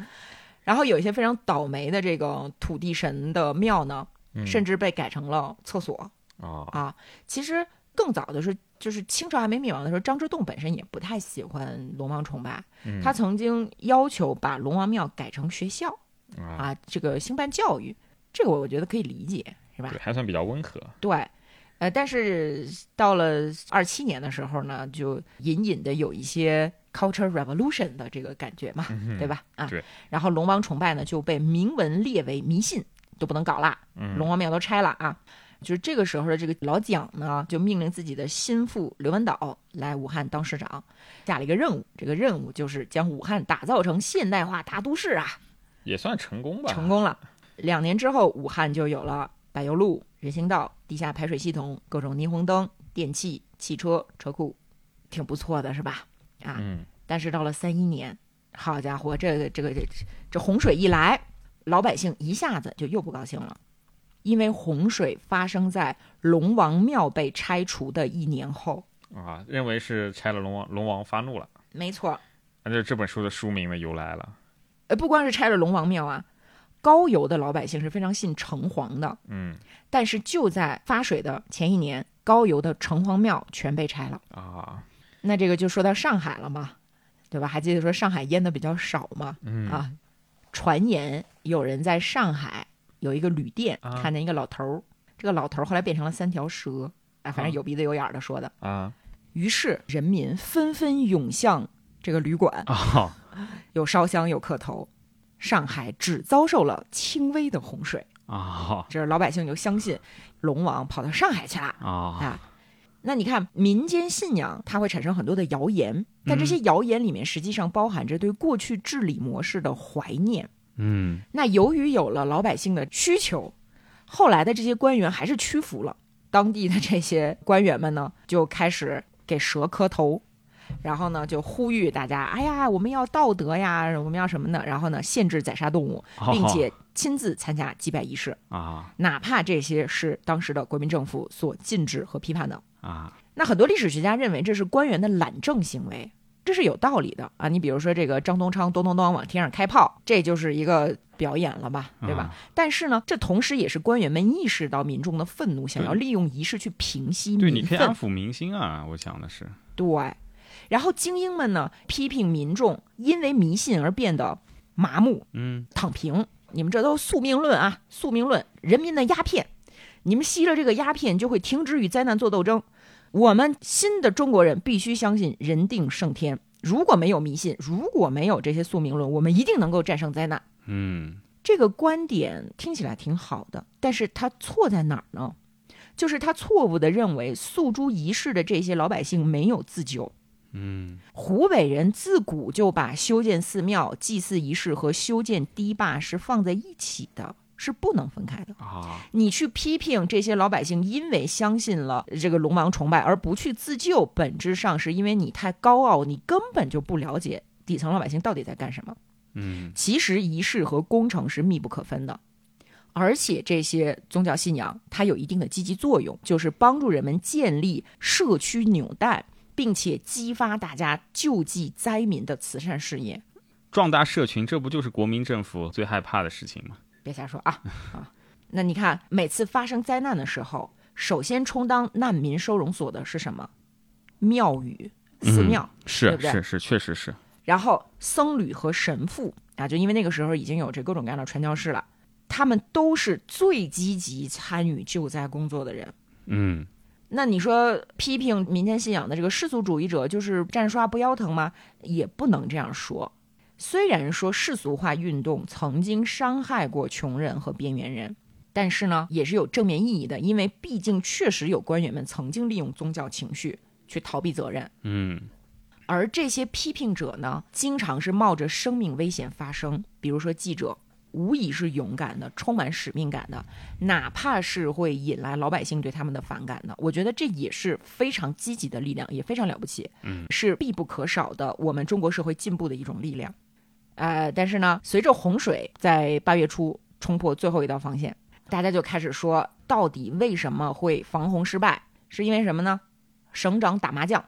A: 然后有一些非常倒霉的这个土地神的庙呢，
B: 嗯
A: 甚至被改成了厕所。
B: 哦
A: 啊，其实更早的是，就是清朝还没灭亡的时候，张之洞本身也不太喜欢龙王崇拜，
B: 嗯
A: 他曾经要求把龙王庙改成学校
B: 啊
A: 啊，这个兴办教育，这个我觉得可以理解，是吧
B: 对，？还算比较温和，
A: 对，呃，但是到了二七年的时候呢，就隐隐的有一些 culture revolution 的这个感觉嘛，
B: 嗯哼
A: 对吧？啊，
B: 对
A: 然后龙王崇拜呢就被明文列为迷信，都不能搞啦，
B: 嗯
A: 龙王庙都拆了啊。就是这个时候的这个老蒋呢，就命令自己的心腹刘文岛来武汉当市长，下了一个任务，这个任务就是将武汉打造成现代化大都市啊，
B: 也算成功吧，
A: 成功了。两年之后，武汉就有了柏油路、人行道、地下排水系统、各种霓虹灯、电器、汽车、车库，挺不错的，是吧？啊，
B: 嗯
A: 但是到了三一年，好家伙，这个这个这这洪水一来，老百姓一下子就又不高兴了，因为洪水发生在龙王庙被拆除的一年后。
B: 啊，认为是拆了龙王，龙王发怒了，
A: 没错，
B: 那就是这本书的书名的由来了，
A: 呃，不光是拆了龙王庙啊，高邮的老百姓是非常信城隍的，
B: 嗯
A: 但是就在发水的前一年，高邮的城隍庙全被拆了。
B: 啊，
A: 那这个就说到上海了嘛，对吧？还记得说上海淹的比较少嘛？
B: 嗯
A: 啊，传言有人在上海有一个旅店
B: 啊
A: 看见一个老头儿，这个老头儿后来变成了三条蛇，哎，反正
B: 啊
A: 有鼻子有眼儿的说的。
B: 啊
A: 于是人民纷纷涌向这个旅馆，
B: 啊，
A: 有烧香，有磕头。上海只遭受了轻微的洪水，
B: 啊
A: 这老百姓就相信龙王跑到上海去了。
B: 啊，
A: 啊。那你看，民间信仰它会产生很多的谣言，但这些谣言里面实际上包含着对过去治理模式的怀念。
B: 嗯
A: 那由于有了老百姓的需求，后来的这些官员还是屈服了。当地的这些官员们呢，就开始给蛇磕头，然后呢，就呼吁大家：哎呀，我们要道德呀，我们要什么呢？然后呢，限制宰杀动物，并且亲自参加祭拜仪式，
B: 啊
A: 哪怕这些是当时的国民政府所禁止和批判的。
B: 啊
A: 那很多历史学家认为这是官员的懒政行为，这是有道理的啊。你比如说这个张东昌咚咚咚往天上开炮，这就是一个表演了吧，
C: 嗯
A: 对吧？但是呢，这同时也是官员们意识到民众的愤怒，想要利用仪式去平息
C: 对，你
A: 民
C: 可以
A: 愤
C: 安。抚民心啊！我想的是，
A: 对，然后精英们呢批评民众因为迷信而变得麻木、
C: 嗯
A: 躺平，你们这都宿命论啊，宿命论，人民的鸦片，你们吸了这个鸦片就会停止与灾难做斗争。我们新的中国人必须相信人定胜天，如果没有迷信，如果没有这些宿命论，我们一定能够战胜灾难。
C: 嗯
A: 这个观点听起来挺好的，但是它错在哪儿呢？就是他错误地认为诉诸仪式的这些老百姓没有自救，
C: 嗯
A: 湖北人自古就把修建寺庙、祭祀仪式和修建堤坝是放在一起的，是不能分开的。
C: 啊
A: 你去批评这些老百姓，因为相信了这个龙王崇拜而不去自救，本质上是因为你太高傲，你根本就不了解底层老百姓到底在干什么。
C: 嗯
A: 其实仪式和工程是密不可分的，而且这些宗教信仰它有一定的积极作用，就是帮助人们建立社区纽带，并且激发大家救济灾民的慈善事业。
C: 壮大社群，这不就是国民政府最害怕的事情吗？
A: 别瞎说啊啊！那你看，每次发生灾难的时候，首先充当难民收容所的是什么？庙宇、寺庙。对
C: 是
A: 不对
C: 是是，确实是，
A: 然后僧侣和神父啊，就因为那个时候已经有这各种各样的传教士了，他们都是最积极参与救灾工作的人。
C: 嗯
A: 那你说批评民间信仰的这个世俗主义者就是站刷不腰疼吗？也不能这样说。虽然说世俗化运动曾经伤害过穷人和边缘人，但是呢，也是有正面意义的，因为毕竟确实有官员们曾经利用宗教情绪去逃避责任。
C: 嗯
A: 而这些批评者呢，经常是冒着生命危险发声，比如说记者。无疑是勇敢的，充满使命感的，哪怕是会引来老百姓对他们的反感的，我觉得这也是非常积极的力量，也非常了不起，嗯，是必不可少的我们中国社会进步的一种力量。呃，但是呢，随着洪水在八月初冲破最后一道防线，大家就开始说，到底为什么会防洪失败？是因为什么呢？省长打麻将，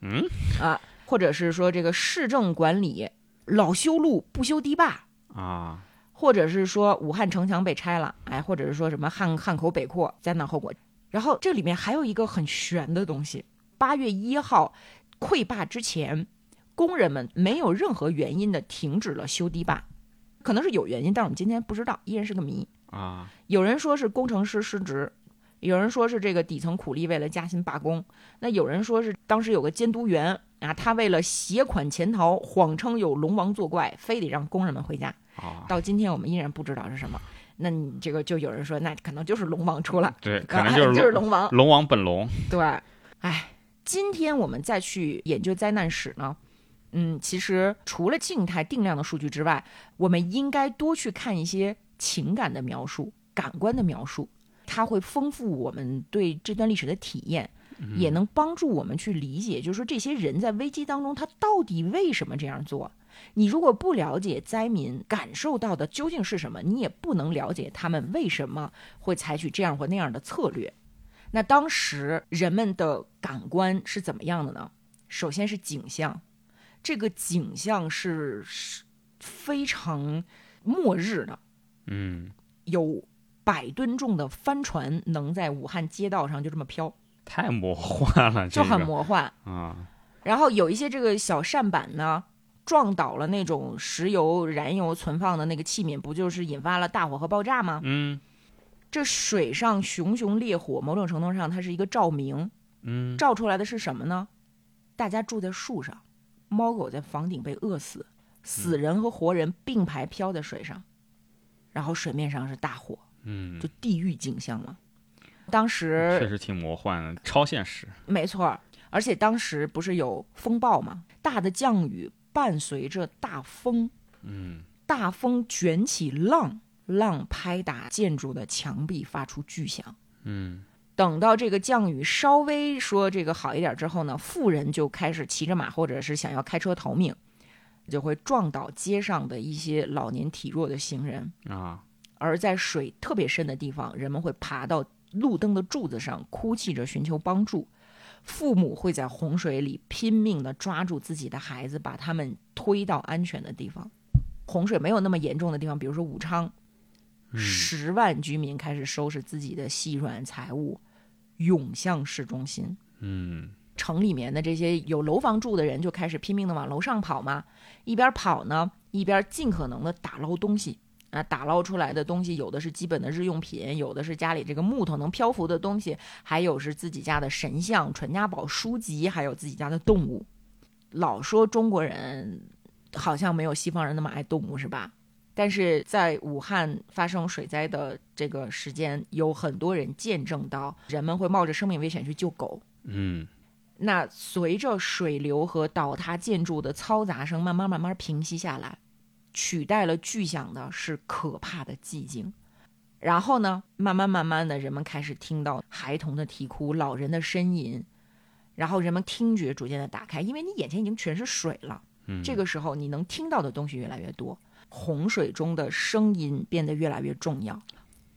C: 嗯
A: 啊，或者是说这个市政管理老修路不修堤坝，
C: 啊，
A: 或者是说武汉城墙被拆了，哎，或者是说什么汉汉口北扩灾难后果。然后这里面还有一个很悬的东西：八月一号溃坝之前，工人们没有任何原因的停止了修堤坝，可能是有原因，但是我们今天不知道，依然是个谜。
C: 啊，
A: 有人说是工程师失职，有人说是这个底层苦力为了加薪罢工，那有人说是当时有个监督员啊，他为了携款潜逃，谎称有龙王作怪，非得让工人们回家。
C: 啊，
A: 到今天我们依然不知道是什么。那你这个就有人说，那可能就是龙王出来，
C: 对，可能就
A: 啊就是龙王。
C: 龙王本龙，
A: 对，哎，今天我们再去研究灾难史呢，嗯，其实除了静态定量的数据之外，我们应该多去看一些情感的描述、感官的描述，它会丰富我们对这段历史的体验。也能帮助我们去理解，就是说这些人在危机当中，他到底为什么这样做？你如果不了解灾民感受到的究竟是什么，你也不能了解他们为什么会采取这样或那样的策略。那当时人们的感官是怎么样的呢？首先是景象，这个景象是是非常末日的，
C: 嗯，
A: 有百吨重的帆船能在武汉街道上就这么飘，
C: 太魔幻了，
A: 就
C: 这
A: 很
C: 个
A: 魔幻。
C: 啊，
A: 然后有一些这个小扇板呢，撞倒了那种石油、燃油存放的那个器皿，不就是引发了大火和爆炸吗？
C: 嗯
A: 这水上熊熊烈火，某种程度上它是一个照明，
C: 嗯
A: 照出来的是什么呢？大家住在树上，猫狗在房顶被饿死，死
C: 嗯
A: 人和活人并排漂在水上，然后水面上是大火，
C: 嗯，
A: 就地狱景象嘛。当
C: 确
A: 时
C: 实挺魔幻的，超现实，
A: 没错儿，而且当时不是有风暴嘛，大的降雨伴随着大风，
C: 嗯
A: 大风卷起浪，浪拍打建筑的墙壁，发出巨响。
C: 嗯
A: 等到这个降雨稍微说这个好一点之后呢，富人就开始骑着马或者是想要开车逃命，就会撞倒街上的一些老年体弱的行人。
C: 啊，
A: 而在水特别深的地方，人们会爬到路灯的柱子上，哭泣着寻求帮助。父母会在洪水里拼命地抓住自己的孩子，把他们推到安全的地方。洪水没有那么严重的地方，比如说武昌，十万居民开始收拾自己的细软财物，涌向市中心。
C: 嗯
A: 城里面的这些有楼房住的人就开始拼命的往楼上跑嘛，一边跑呢，一边尽可能的打捞东西啊，打捞出来的东西有的是基本的日用品，有的是家里这个木头能漂浮的东西，还有是自己家的神像、传家宝、书籍，还有自己家的动物。老说中国人好像没有西方人那么爱动物是吧？但是在武汉发生水灾的这个时间，有很多人见证到人们会冒着生命危险去救狗，
C: 嗯
A: 那随着水流和倒塌建筑的嘈杂声慢慢慢慢平息下来，取代了巨响的是可怕的寂静。然后呢，慢慢慢慢的，人们开始听到孩童的啼哭、老人的呻吟，然后人们听觉逐渐的打开，因为你眼前已经全是水了。
C: 嗯，
A: 这个时候，你能听到的东西越来越多，洪水中的声音变得越来越重要。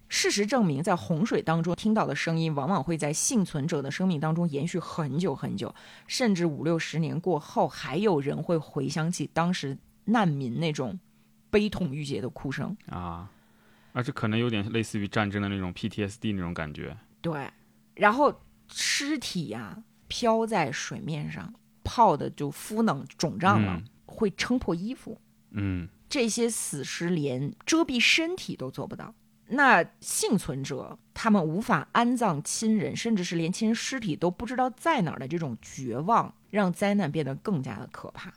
A: 事实证明，在洪水当中听到的声音，往往会在幸存者的生命当中延续很久很久，甚至五六十年过后，还有人会回想起当时难民那种悲痛欲绝的哭声。
C: 啊，而且可能有点类似于战争的那种 PTSD 那种感觉，
A: 对，然后尸体呀、飘在水面上，泡的就敷能肿胀了，
C: 嗯
A: 会撑破衣服。
C: 嗯
A: 这些死尸连遮蔽身体都做不到。那幸存者他们无法安葬亲人，甚至是连亲人尸体都不知道在哪儿的这种绝望，让灾难变得更加的可怕。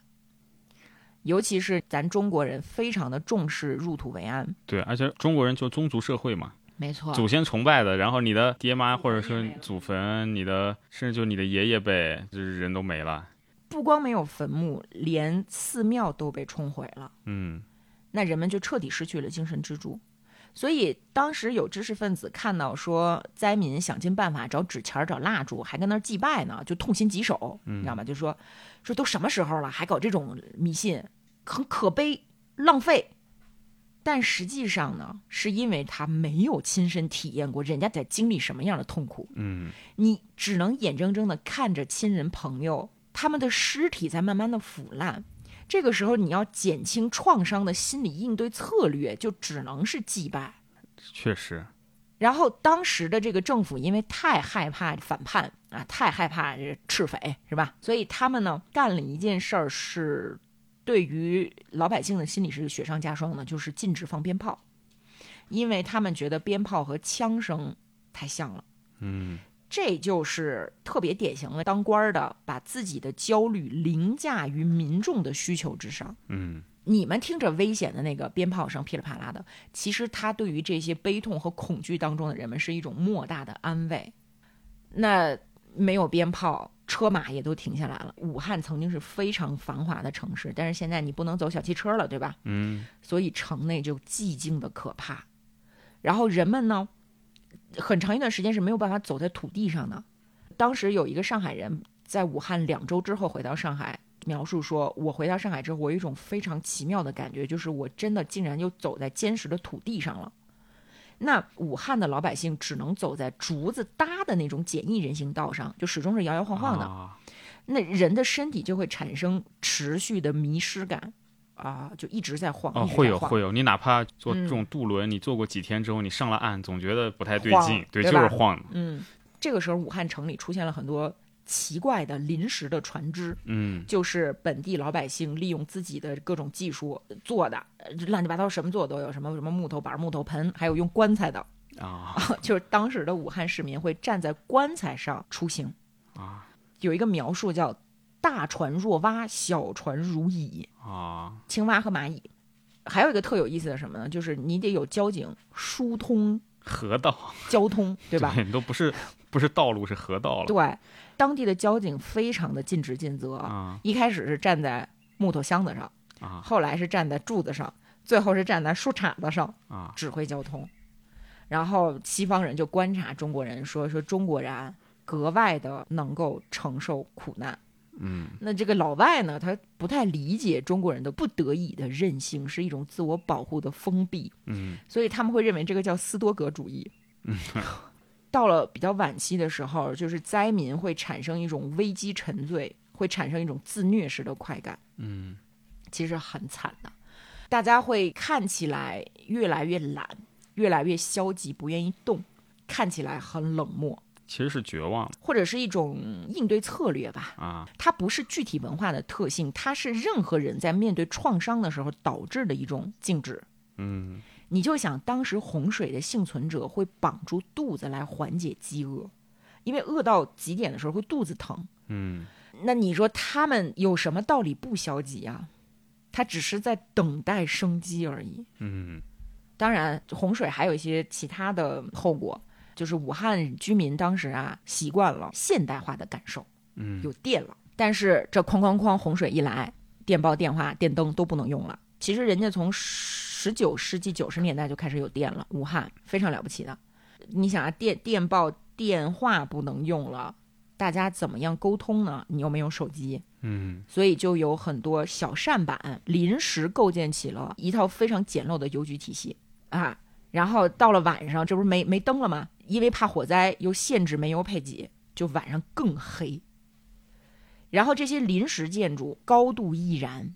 A: 尤其是咱中国人非常的重视入土为安，
C: 对，而且中国人就宗族社会嘛，
A: 没错
C: 祖先崇拜的，然后你的爹妈或者说祖坟，你的甚至就你的爷爷辈，就是人都没了。
A: 不光没有坟墓，连寺庙都被冲毁了。
C: 嗯
A: 那人们就彻底失去了精神支柱。所以当时有知识分子看到说灾民想尽办法找纸钱儿、找蜡烛，还跟那儿祭拜呢，就痛心疾首，你知道吗？就说说都什么时候了，还搞这种迷信，很可悲，浪费。但实际上呢，是因为他没有亲身体验过人家在经历什么样的痛苦，
C: 嗯
A: 你只能眼睁睁地看着亲人朋友他们的尸体在慢慢的腐烂。这个时候，你要减轻创伤的心理应对策略，就只能是祭拜。
C: 确实，
A: 然后当时的这个政府因为太害怕反叛啊，太害怕这赤匪是吧？所以他们呢干了一件事儿，是对于老百姓的心理是雪上加霜的，就是禁止放鞭炮，因为他们觉得鞭炮和枪声太像了。
C: 嗯
A: 这就是特别典型的当官儿的把自己的焦虑凌驾于民众的需求之上。
C: 嗯
A: 你们听着危险的那个鞭炮声噼里啪啦的，其实它对于这些悲痛和恐惧当中的人们是一种莫大的安慰。那没有鞭炮，车马也都停下来了。武汉曾经是非常繁华的城市，但是现在你不能走小汽车了，对吧？
C: 嗯
A: 所以城内就寂静的可怕。然后人们呢，很长一段时间是没有办法走在土地上的。当时有一个上海人在武汉两周之后回到上海，描述说：“我回到上海之后，我有一种非常奇妙的感觉，就是我真的竟然又走在坚实的土地上了。”那武汉的老百姓只能走在竹子搭的那种简易人行道上，就始终是摇摇晃晃的。
C: 啊
A: 那人的身体就会产生持续的迷失感，啊，就一直在晃，
C: 哦，
A: 一直在
C: 会有
A: 晃
C: 会有，你哪怕坐
A: 嗯
C: 这种渡轮，你坐过几天之后，你上了岸，总觉得不太对
A: 晃
C: 劲，对，
A: 对
C: 就是
A: 吧
C: 晃。
A: 嗯，这个时候武汉城里出现了很多奇怪的临时的船只，
C: 嗯
A: 就是本地老百姓利用自己的各种技术做的，呃乱七八糟什么做的都有，什么什么木头板、木头盆，还有用棺材的，
C: 啊
A: 就是当时的武汉市民会站在棺材上出行。
C: 啊
A: 有一个描述叫“大船若蛙，小船如蚁
C: 啊”，
A: 青蛙和蚂蚁。还有一个特有意思的什么呢？就是你得有交警疏通
C: 河道，
A: 交通，对 吧？
C: 都不是不是道路，是河道了
A: 对，当地的交警非常的尽职尽责，
C: 啊
A: 一开始是站在木头箱子上，
C: 啊
A: 后来是站在柱子上，最后是站在树杈子上
C: 啊！
A: 指挥交通。然后西方人就观察中国人说，说中国人啊格外的能够承受苦难。
C: 嗯
A: 那这个老外呢，他不太理解中国人的不得已的任性，是一种自我保护的封闭。
C: 嗯
A: 所以他们会认为这个叫斯多格主义。到了比较晚期的时候，就是灾民会产生一种危机沉醉，会产生一种自虐式的快感，
C: 嗯
A: 其实很惨的。大家会看起来越来越懒，越来越消极，不愿意动，看起来很冷漠，
C: 其实是绝望
A: 或者是一种应对策略吧。
C: 啊，
A: 它不是具体文化的特性，它是任何人在面对创伤的时候导致的一种静止。
C: 嗯
A: 你就想当时洪水的幸存者会绑住肚子来缓解饥饿，因为饿到极点的时候会肚子疼。
C: 嗯
A: 那你说他们有什么道理不消极啊？他只是在等待生机而已。
C: 嗯
A: 当然，洪水还有一些其他的后果，就是武汉居民当时啊习惯了现代化的感受，
C: 嗯
A: 有电了。但是这哐哐哐洪水一来，电报、电话、电灯都不能用了。其实人家从十九世纪九十年代就开始有电了，武汉非常了不起的。你想啊，电电报、电话不能用了，大家怎么样沟通呢？你又没有手机，
C: 嗯
A: 所以就有很多小扇板临时构建起了一套非常简陋的邮局体系啊。然后到了晚上，这不是没没灯了吗？因为怕火灾，又限制煤油配给，就晚上更黑。然后这些临时建筑高度易燃，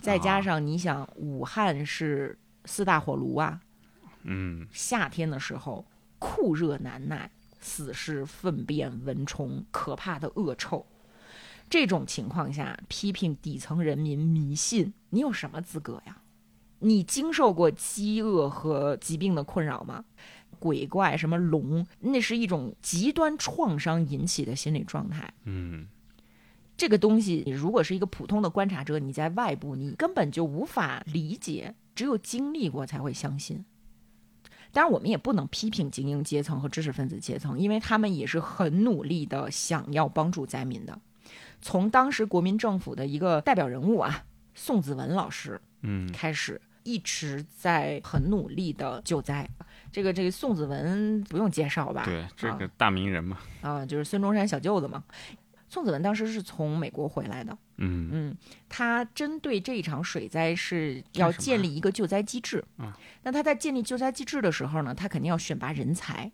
A: 再加上你想，武汉是四大火炉啊，
C: 嗯
A: 夏天的时候酷热难耐，死尸、粪便、蚊虫、可怕的恶臭。这种情况下，批评底层人民迷信，你有什么资格呀？你经受过饥饿和疾病的困扰吗？鬼怪什么龙，那是一种极端创伤引起的心理状态。
C: 嗯，
A: 这个东西，你如果是一个普通的观察者，你在外部，你根本就无法理解，只有经历过才会相信。当然，我们也不能批评精英阶层和知识分子阶层，因为他们也是很努力的想要帮助灾民的。从当时国民政府的一个代表人物啊，宋子文老师，
C: 嗯，
A: 开始一直在很努力的救灾。这个这个宋子文不用介绍吧？
C: 对，这
A: 啊
C: 个大名人嘛，
A: 啊，就是孙中山小舅子嘛。宋子文当时是从美国回来的，
C: 嗯
A: 嗯，他针对这一场水灾是要
C: 什么
A: 建立一个救灾机制。
C: 啊
A: 那他在建立救灾机制的时候呢，他肯定要选拔人才。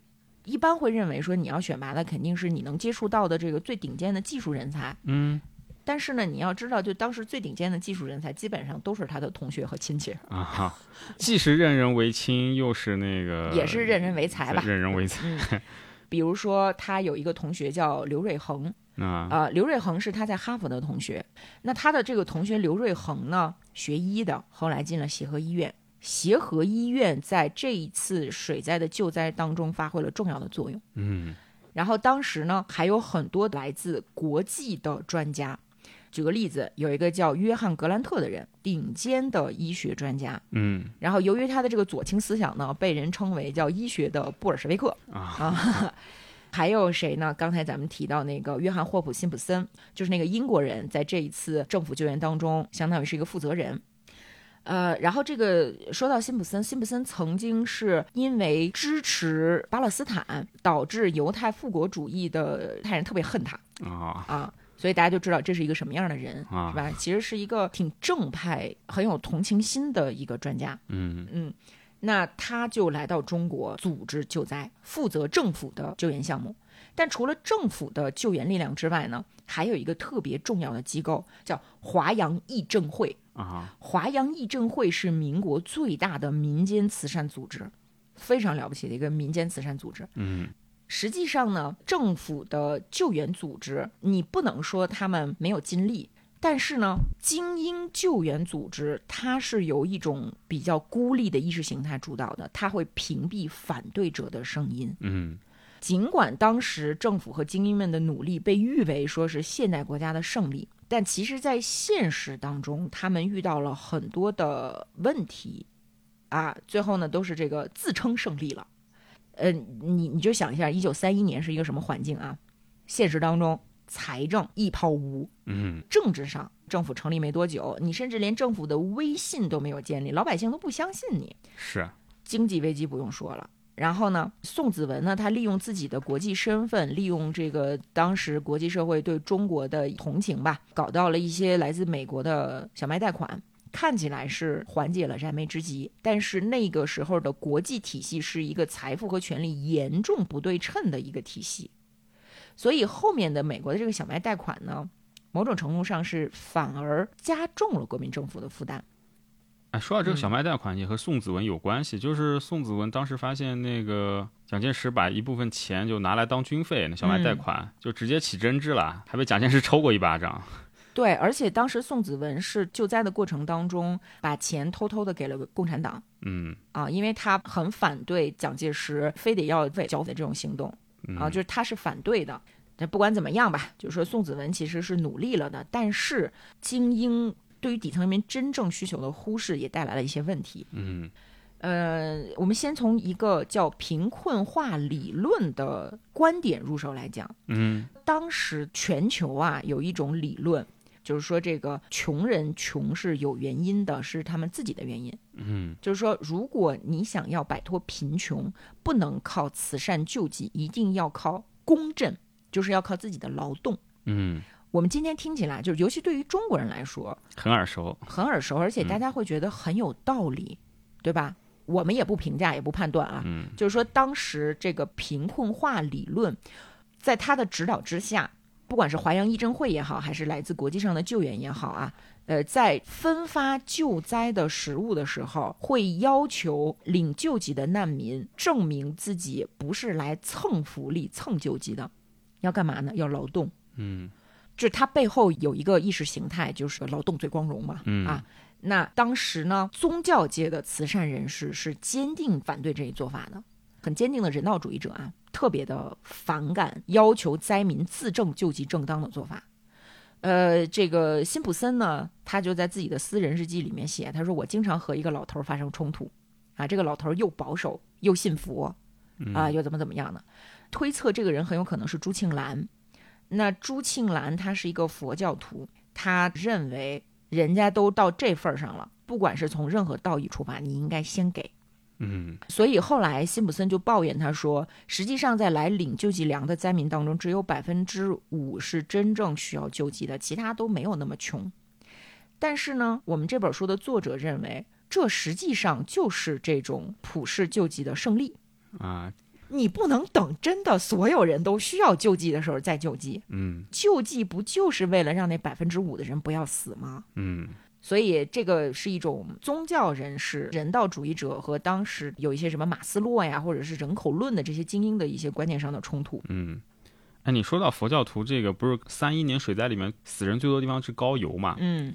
A: 一般会认为说，你要选拔的肯定是你能接触到的这个最顶尖的技术人才。
C: 嗯
A: 但是呢，你要知道，就当时最顶尖的技术人才，基本上都是他的同学和亲戚，
C: 啊哈，既是任人唯亲，又是那个
A: 也是任人唯才吧。
C: 任人唯才
A: 嗯，比如说他有一个同学叫刘瑞恒，
C: 啊，
A: 啊，刘瑞恒是他在哈佛的同学，那他的这个同学刘瑞恒呢，学医的，后来进了协和医院。协和医院在这一次水灾的救灾当中发挥了重要的作用。
C: 嗯
A: 然后当时呢，还有很多来自国际的专家。举个例子，有一个叫约翰·格兰特的人，顶尖的医学专家。
C: 嗯
A: 然后由于他的这个左倾思想呢，被人称为叫医学的布尔什维克。
C: 啊，
A: 啊。 还有谁呢？刚才咱们提到那个约翰霍普辛普森，就是那个英国人，在这一次政府救援当中，相当于是一个负责人。呃，然后这个说到辛普森，辛普森曾经是因为支持巴勒斯坦，导致犹太复国主义的犹太人特别恨他
C: 啊
A: 啊，所以大家就知道这是一个什么样的人，
C: 啊
A: 是吧？其实是一个挺正派、很有同情心的一个专家。
C: 嗯
A: 嗯，那他就来到中国组织救灾，负责政府的救援项目。但除了政府的救援力量之外呢，还有一个特别重要的机构叫华阳义政会。
C: 啊，
A: 华阳义政会是民国最大的民间慈善组织，非常了不起的一个民间慈善组织。
C: 嗯
A: 实际上呢，政府的救援组织，你不能说他们没有尽力，但是呢，精英救援组织它是由一种比较孤立的意识形态主导的，它会屏蔽反对者的声音。
C: 嗯
A: 尽管当时政府和精英们的努力被誉为说是现代国家的胜利，但其实，在现实当中，他们遇到了很多的问题，啊，最后呢都是这个自称胜利了。呃，你你就想一下，一九三一年是一个什么环境啊？现实当中，财政一泡无，
C: 嗯
A: 政治上政府成立没多久，你甚至连政府的威信都没有建立，老百姓都不相信你。
C: 是啊
A: 经济危机不用说了。然后呢，宋子文呢，他利用自己的国际身份，利用这个当时国际社会对中国的同情吧，搞到了一些来自美国的小麦贷款，看起来是缓解了燃眉之急。但是那个时候的国际体系是一个财富和权力严重不对称的一个体系，所以后面的美国的这个小麦贷款呢，某种程度上是反而加重了国民政府的负担。
C: 哎，说到这个小
A: 嗯
C: 麦贷款也和宋子文有关系，就是宋子文当时发现那个蒋介石把一部分钱就拿来当军费，那小麦贷
A: 嗯
C: 款、就直接起争执了，还被蒋介石抽过一巴掌。
A: 对，而且当时宋子文是救灾的过程当中，把钱偷偷的给了共产党
C: 嗯
A: 啊，因为他很反对蒋介石非得要为剿匪这种行动
C: 嗯
A: 啊，就是他是反对的。但不管怎么样吧，就是说宋子文其实是努力了的，但是精英对于底层人民真正需求的忽视，也带来了一些问题。
C: 嗯
A: 呃，我们先从一个叫贫困化理论的观点入手来讲。
C: 嗯
A: 当时全球啊有一种理论，就是说这个穷人穷是有原因的，是他们自己的原因。
C: 嗯
A: 就是说，如果你想要摆脱贫穷，不能靠慈善救济，一定要靠公正，就是要靠自己的劳动。
C: 嗯，
A: 我们今天听起来，就是尤其对于中国人来说
C: 很耳熟。
A: 很耳熟，而且大
C: 嗯
A: 家会觉得很有道理，对吧？我们也不评价，也不判断啊，
C: 嗯
A: 就是说当时这个贫困化理论，在他的指导之下，不管是华阳义政会也好，还是来自国际上的救援也好啊，呃，在分发救灾的食物的时候，会要求领救济的难民证明自己不是来蹭福利、蹭救济的，要干嘛呢？要劳动。
C: 嗯
A: 就是它背后有一个意识形态，就是劳动最光荣嘛。
C: 嗯
A: 啊，那当时呢，宗教界的慈善人士是坚定反对这一做法的，很坚定的人道主义者啊，特别的反感要求灾民自证救济正当的做法。呃，这个辛普森呢，他就在自己的私人日记里面写，他说我经常和一个老头儿发生冲突，啊，这个老头儿又保守又信佛，啊，又怎么怎么样呢？推测这个人很有可能是朱庆澜。那朱庆澜他是一个佛教徒，他认为人家都到这份儿上了，不管是从任何道义出发，你应该先给。
C: 嗯
A: 所以后来辛普森就抱怨他说，实际上在来领救济粮的灾民当中，只有百分之五是真正需要救济的，其他都没有那么穷。但是呢，我们这本书的作者认为，这实际上就是这种普世救济的胜利。
C: 啊
A: 你不能等真的所有人都需要救济的时候再救济，
C: 嗯
A: 救济不就是为了让那百分之五的人不要死吗？
C: 嗯
A: 所以这个是一种宗教人士、人道主义者和当时有一些什么马斯洛呀，或者是人口论的这些精英的一些观念上的冲突。
C: 嗯。哎，你说到佛教徒这个，不是三一年水灾里面死人最多的地方是高邮嘛？
A: 嗯，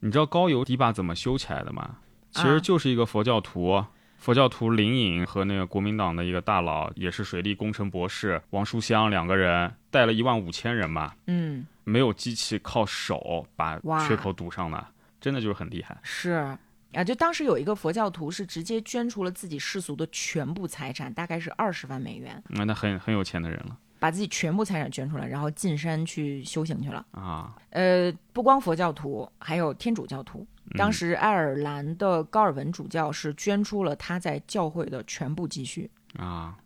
C: 你知道高邮堤坝怎么修起来的吗？其
A: 啊
C: 实就是一个佛教徒，佛教徒林颖和那个国民党的一个大佬，也是水利工程博士王书香两个人带了一万五千人嘛，
A: 嗯，
C: 没有机器，靠手把
A: 哇
C: 缺口堵上了，真的就是很厉害。
A: 是。啊，就当时有一个佛教徒是直接捐出了自己世俗的全部财产，大概是二十万美元，
C: 嗯那那很很有钱的人了
A: 把自己全部财产捐出来，然后进山去修行去了。
C: 啊！
A: 呃，不光佛教徒，还有天主教徒。当时爱尔兰的高尔文主教是捐出了他在教会的全部积蓄，
C: 啊，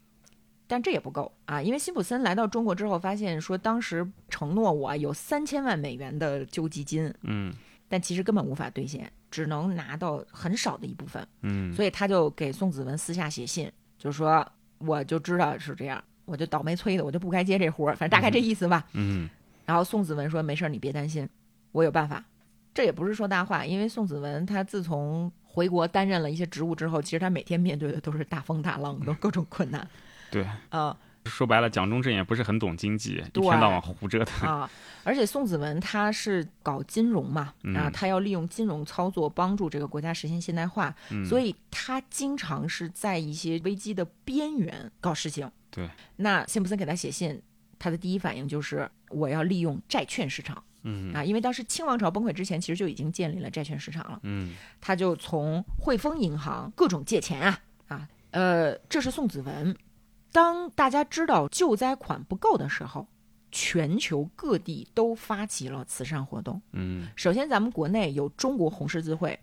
A: 但这也不够啊，因为辛普森来到中国之后，发现说当时承诺我有三千万美元的救济金，
C: 嗯
A: 但其实根本无法兑现，只能拿到很少的一部分，
C: 嗯
A: 所以他就给宋子文私下写信，就说我就知道是这样，我就倒霉催的，我就不该接这活儿，反正大概这意思吧。
C: 嗯
A: 然后宋子文说：“没事儿，你别担心，我有办法。”这也不是说大话，因为宋子文他自从回国担任了一些职务之后，其实他每天面对的都是大风大浪，
C: 嗯
A: 都各种困难。
C: 对，
A: 啊、
C: 说白了，蒋中正也不是很懂经济，一
A: 对
C: 天到晚胡折 腾。
A: 啊！而且宋子文他是搞金融嘛，
C: 嗯
A: 啊，他要利用金融操作帮助这个国家实现现代化，
C: 嗯
A: 所以他经常是在一些危机的边缘搞事情。
C: 对，
A: 那辛普森给他写信，他的第一反应就是我要利用债券市场。
C: 嗯
A: 啊，因为当时清王朝崩溃之前，其实就已经建立了债券市场了。
C: 嗯
A: 他就从汇丰银行各种借钱啊啊，呃，这是宋子文。当大家知道救灾款不够的时候，全球各地都发起了慈善活动。
C: 嗯
A: 首先，咱们国内有中国红十字会，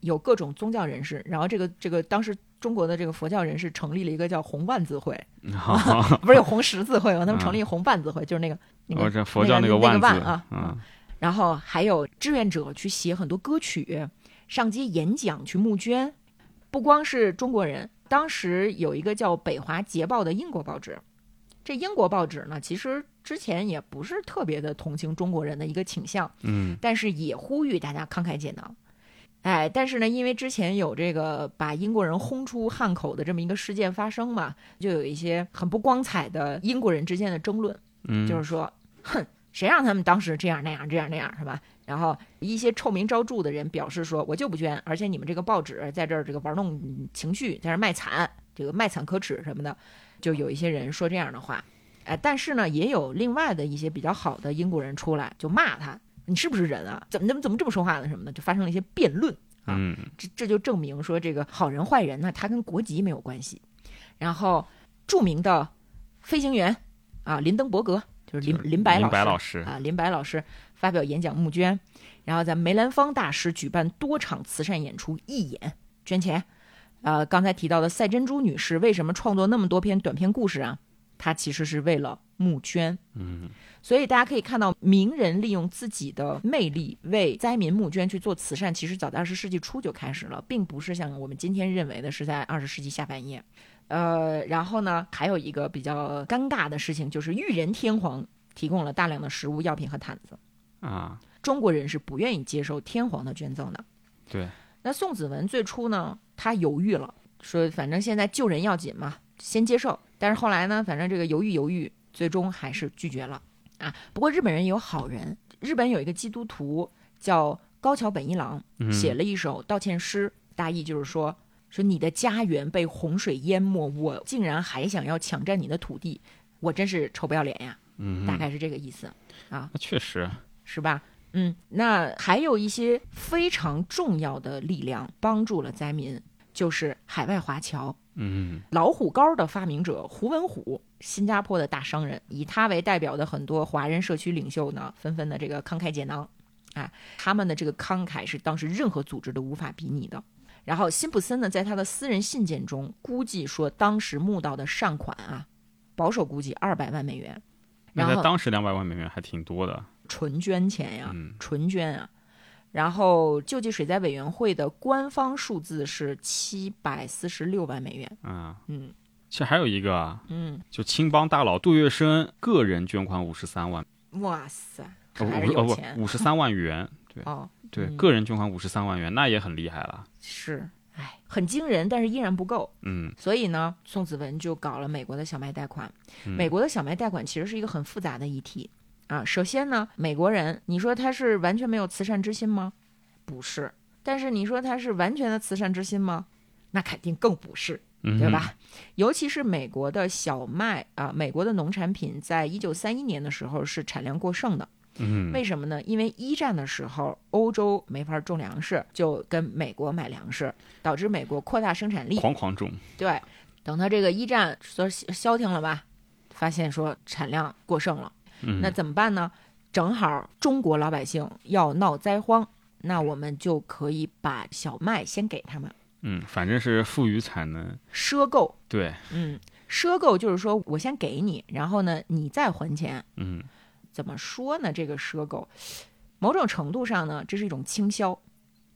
A: 有各种宗教人士，然后这个这个当时中国的这个佛教人士成立了一个叫红万字会，
C: 嗯，
B: 哦
C: 好，
A: 不是有红十字会吗？他们成立红万字会，就是那个那
C: 我
A: 个
C: 这佛教
A: 那
C: 个
A: 那
C: 万
A: 个
C: 字
A: 万啊
C: 嗯
A: 然后还有志愿者去写很多歌曲，上街演讲去募捐。不光是中国人，当时有一个叫《北华捷报》的英国报纸，这英国报纸呢，其实之前也不是特别的同情中国人的一个倾向，
C: 嗯
A: 但是也呼吁大家慷慨解囊。哎，但是呢，因为之前有这个把英国人轰出汉口的这么一个事件发生嘛，就有一些很不光彩的英国人之间的争论。
C: 嗯，
A: 就是说，哼，谁让他们当时这样那样这样那样是吧？然后一些臭名昭著的人表示说，我就不捐，而且你们这个报纸在这儿这个玩弄嗯情绪，在这儿卖惨，这个卖惨可耻什么的，就有一些人说这样的话。哎，但是呢，也有另外的一些比较好的英国人出来就骂他，你是不是人啊？怎么怎么怎么这么说话呢？什么的，就发生了一些辩论。啊
C: 嗯
A: 这这就证明说这个好人坏人呢，他跟国籍没有关系。然后著名的飞行员啊，林登伯格就是林
C: 就是
A: 林白
C: 林
A: 老师
C: 白老师
A: 啊，林白老师发表演讲募捐，然后在梅兰芳大师举办多场慈善演出义演捐钱。呃，刚才提到的赛珍珠女士为什么创作那么多篇短篇故事啊？她其实是为了募捐。
C: 嗯
A: 所以大家可以看到，名人利用自己的魅力为灾民募捐去做慈善，其实早在二十世纪初就开始了，并不是像我们今天认为的是在二十世纪下半叶。呃，然后呢，还有一个比较尴尬的事情，就是裕仁天皇提供了大量的食物、药品和毯子。
C: 啊，
A: 中国人是不愿意接受天皇的捐赠的。
C: 对，
A: 那宋子文最初呢，他犹豫了，说反正现在救人要紧嘛，先接受。但是后来呢，反正这个犹豫犹豫，最终还是拒绝了啊。不过日本人也有好人，日本有一个基督徒叫高桥本一郎，
C: 嗯
A: 写了一首道歉诗，大意就是说。说你的家园被洪水淹没，我竟然还想要抢占你的土地，我真是臭不要脸呀！
C: 嗯，
A: 大概是这个意思。
C: 那确实，
A: 是吧？嗯，那还有一些非常重要的力量帮助了灾民，就是海外华侨。
C: 嗯
A: 老虎膏的发明者胡文虎，新加坡的大商人，以他为代表的很多华人社区领袖呢，纷纷的这个慷慨解囊，啊，他们的这个慷慨是当时任何组织都无法比拟的。然后辛普森呢，在他的私人信件中估计说，当时募到的善款啊，保守估计二百万美元，然
C: 那
A: 后
C: 在当时两百万美元还挺多的，
A: 纯捐钱呀、
C: 嗯
A: 纯捐啊。然后救济水灾委员会的官方数字是七百四十六万美元。
C: 啊，
A: 嗯
C: 其实还有一个啊，
A: 嗯，
C: 就青帮大佬杜月笙个人捐款五十三万，
A: 哇塞，
C: 哦
A: 还
C: 五十
A: 是
C: 哦
A: 有
C: 不
A: 钱
C: 五十三万元，对
A: 哦，
C: 对，
A: 嗯
C: 个人捐款五十三万元，那也很厉害了，
A: 是，哎，很惊人，但是依然不够。
C: 嗯
A: 所以呢，宋子文就搞了美国的小麦贷款。
C: 嗯
A: 美国的小麦贷款其实是一个很复杂的议题啊。首先呢，美国人，你说他是完全没有慈善之心吗？不是。但是你说他是完全的慈善之心吗？那肯定更不是。
C: 嗯，
A: 对？吧？尤其是美国的小麦啊、美国的农产品，在一九三一年的时候是产量过剩的。
C: 嗯
A: 为什么呢？因为一战的时候，欧洲没法种粮食，就跟美国买粮食，导致美国扩大生产力。
C: 狂狂种，
A: 对，等到这个一战说消消停了吧，发现说产量过剩了，
C: 嗯，
A: 那怎么办呢？正好中国老百姓要闹灾荒，那我们就可以把小麦先给他们
C: 嗯，反正是富于产能，
A: 赊购，
C: 对，
A: 嗯，赊购就是说我先给你，然后呢你再还钱。
C: 嗯
A: 怎么说呢？这个赊购，某种程度上呢，这是一种倾销，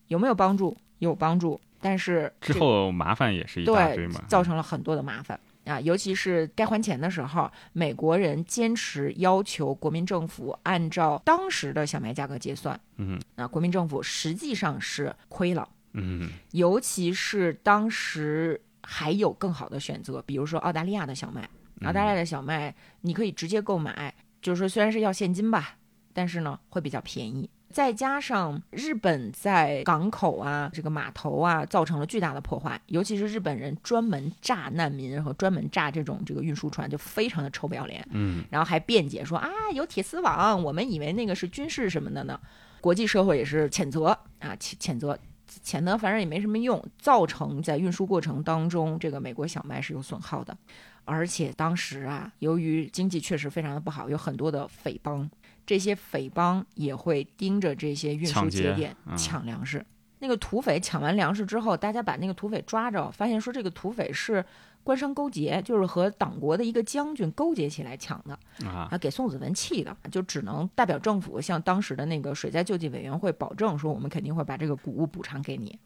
A: 有没有帮助？有帮助，但是
C: 之
A: 这
C: 后嗯麻烦也是一大堆
A: 对
C: 嘛，
A: 造成了很多的麻烦啊，尤其是该还钱的时候，美国人坚持要求国民政府按照当时的小麦价格结算，
C: 嗯
A: 那国民政府实际上是亏了。
C: 嗯
A: 尤其是当时还有更好的选择，比如说澳大利亚的小麦，
C: 嗯
A: 澳大利亚的小麦你可以直接购买，就是说虽然是要现金吧，但是呢会比较便宜。再加上日本在港口啊、这个码头啊造成了巨大的破坏，尤其是日本人专门炸难民和专门炸这种这个运输船，就非常的臭不要脸。
C: 嗯
A: 然后还辩解说啊，有铁丝网，我们以为那个是军事什么的呢。国际社会也是谴责啊，谴谴责，谴责，反正也没什么用，造成在运输过程当中，这个美国小麦是有损耗的。而且当时啊，由于经济确实非常的不好，有很多的匪帮，这些匪帮也会盯着这些运输
C: 抢劫
A: 节点
C: 嗯
A: 抢粮食。那个土匪抢完粮食之后，大家把那个土匪抓着，发现说这个土匪是官商勾结，就是和党国的一个将军勾结起来抢的。
C: 啊，
A: 啊，给宋子文气的，就只能代表政府向当时的那个水灾救济委员会保证说，我们肯定会把这个谷物补偿给你。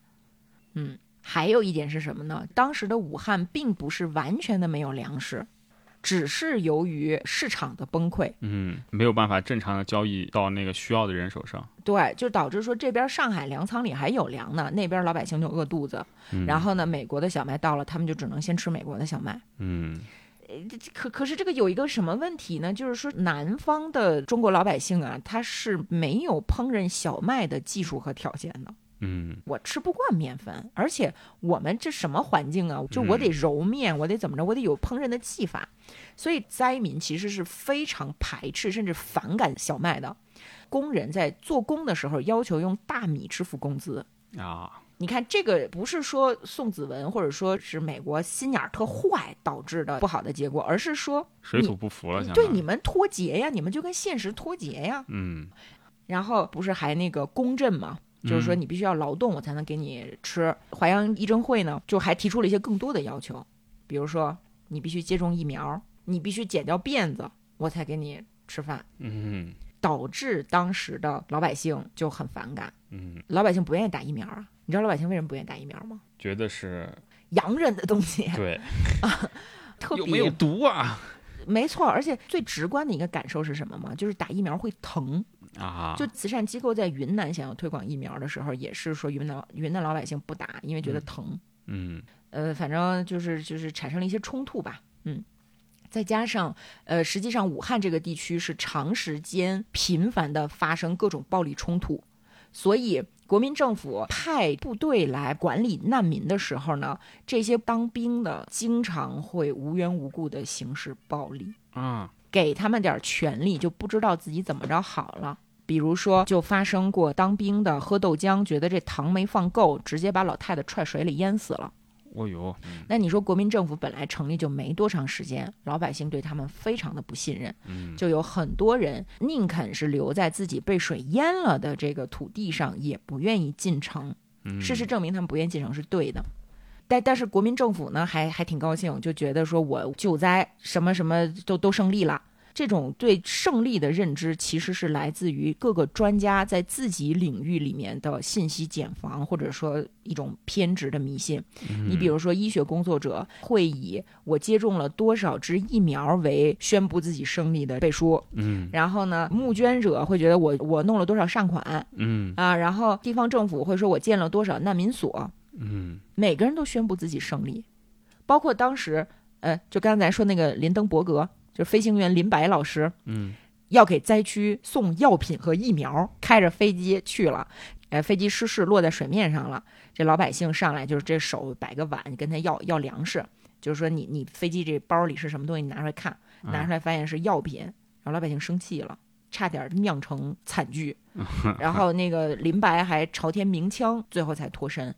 A: 嗯，还有一点是什么呢？当时的武汉并不是完全的没有粮食，只是由于市场的崩溃，
C: 嗯，没有办法正常的交易到那个需要的人手上，
A: 对，就导致说这边上海粮仓里还有粮呢，那边老百姓就饿肚子。
C: 嗯
A: 然后呢，美国的小麦到了，他们就只能先吃美国的小麦。
C: 嗯
A: 可可是这个有一个什么问题呢？就是说南方的中国老百姓啊，他是没有烹饪小麦的技术和条件的。
C: 嗯
A: 我吃不惯面粉，而且我们这什么环境啊？就我得揉面，我得怎么着？我得有烹饪的技法。所以灾民其实是非常排斥甚至反感小麦的。工人在做工的时候要求用大米支付工资，
C: 啊，
A: 你看，这个不是说宋子文或者说是美国心眼儿特坏导致的不好的结果，而是说嗯
C: 水土不服了，相
A: 对
C: 当于
A: 你们脱节呀，你们就跟现实脱节呀。
C: 嗯
A: 然后不是还那个公正嘛，就是说你必须要劳动，我才能给你吃。淮阳医政会呢，就还提出了一些更多的要求，比如说你必须接种疫苗，你必须剪掉辫子，我才给你吃饭。
C: 嗯
A: 导致当时的老百姓就很反感，
C: 嗯，
A: 老百姓不愿意打疫苗啊。你知道老百姓为什么不愿意打疫苗吗？
C: 觉得是
A: 洋人的东西
C: 对，
A: 特
C: 有没有
A: 别
C: 毒啊？
A: 没错，而且最直观的一个感受是什么吗？就是打疫苗会疼。
C: 啊，
A: 就慈善机构在云南想要推广疫苗的时候，也是说云南云南老百姓不打，因为觉得疼。
C: 嗯
A: 呃，反正就是就是产生了一些冲突吧。嗯，再加上呃，实际上武汉这个地区是长时间频繁的发生各种暴力冲突，所以国民政府派部队来管理难民的时候呢，这些当兵的经常会无缘无故的行使暴力。
C: 啊，
A: 给他们点儿权利，就不知道自己怎么着好了。比如说，就发生过当兵的喝豆浆，觉得这糖没放够，直接把老太太踹水里淹死了。
C: 哦呦，
A: 那你说，国民政府本来成立就没多长时间，老百姓对他们非常的不信任，
C: 嗯
A: 就有很多人宁肯是留在自己被水淹了的这个土地上，也不愿意进城。
C: 嗯
A: 事实证明他们不愿意进城是对的。但但是国民政府呢，还还挺高兴，就觉得说我救灾什么什么都都胜利了。这种对胜利的认知，其实是来自于各个专家在自己领域里面的信息茧房，或者说一种偏执的迷信。你
C: 嗯
A: 比如说，医学工作者会以我接种了多少支疫苗为宣布自己胜利的背书，
C: 嗯
A: 然后呢，募捐者会觉得我我弄了多少善款，
C: 嗯
A: 啊，然后地方政府会说我建了多少难民所，
C: 嗯
A: 每个人都宣布自己胜利，包括当时，呃，就刚才说那个林登伯格，就是飞行员林白老师，
C: 嗯，
A: 要给灾区送药品和疫苗，开着飞机去了。呃，飞机失事落在水面上了，这老百姓上来就是这手摆个碗跟他要要粮食，就是说你你飞机这包里是什么东西，你拿出来看，
C: 嗯
A: 拿出来发现是药品，然后老百姓生气了，差点酿成惨剧。 然后那个林白还朝天鸣枪，最后才脱身。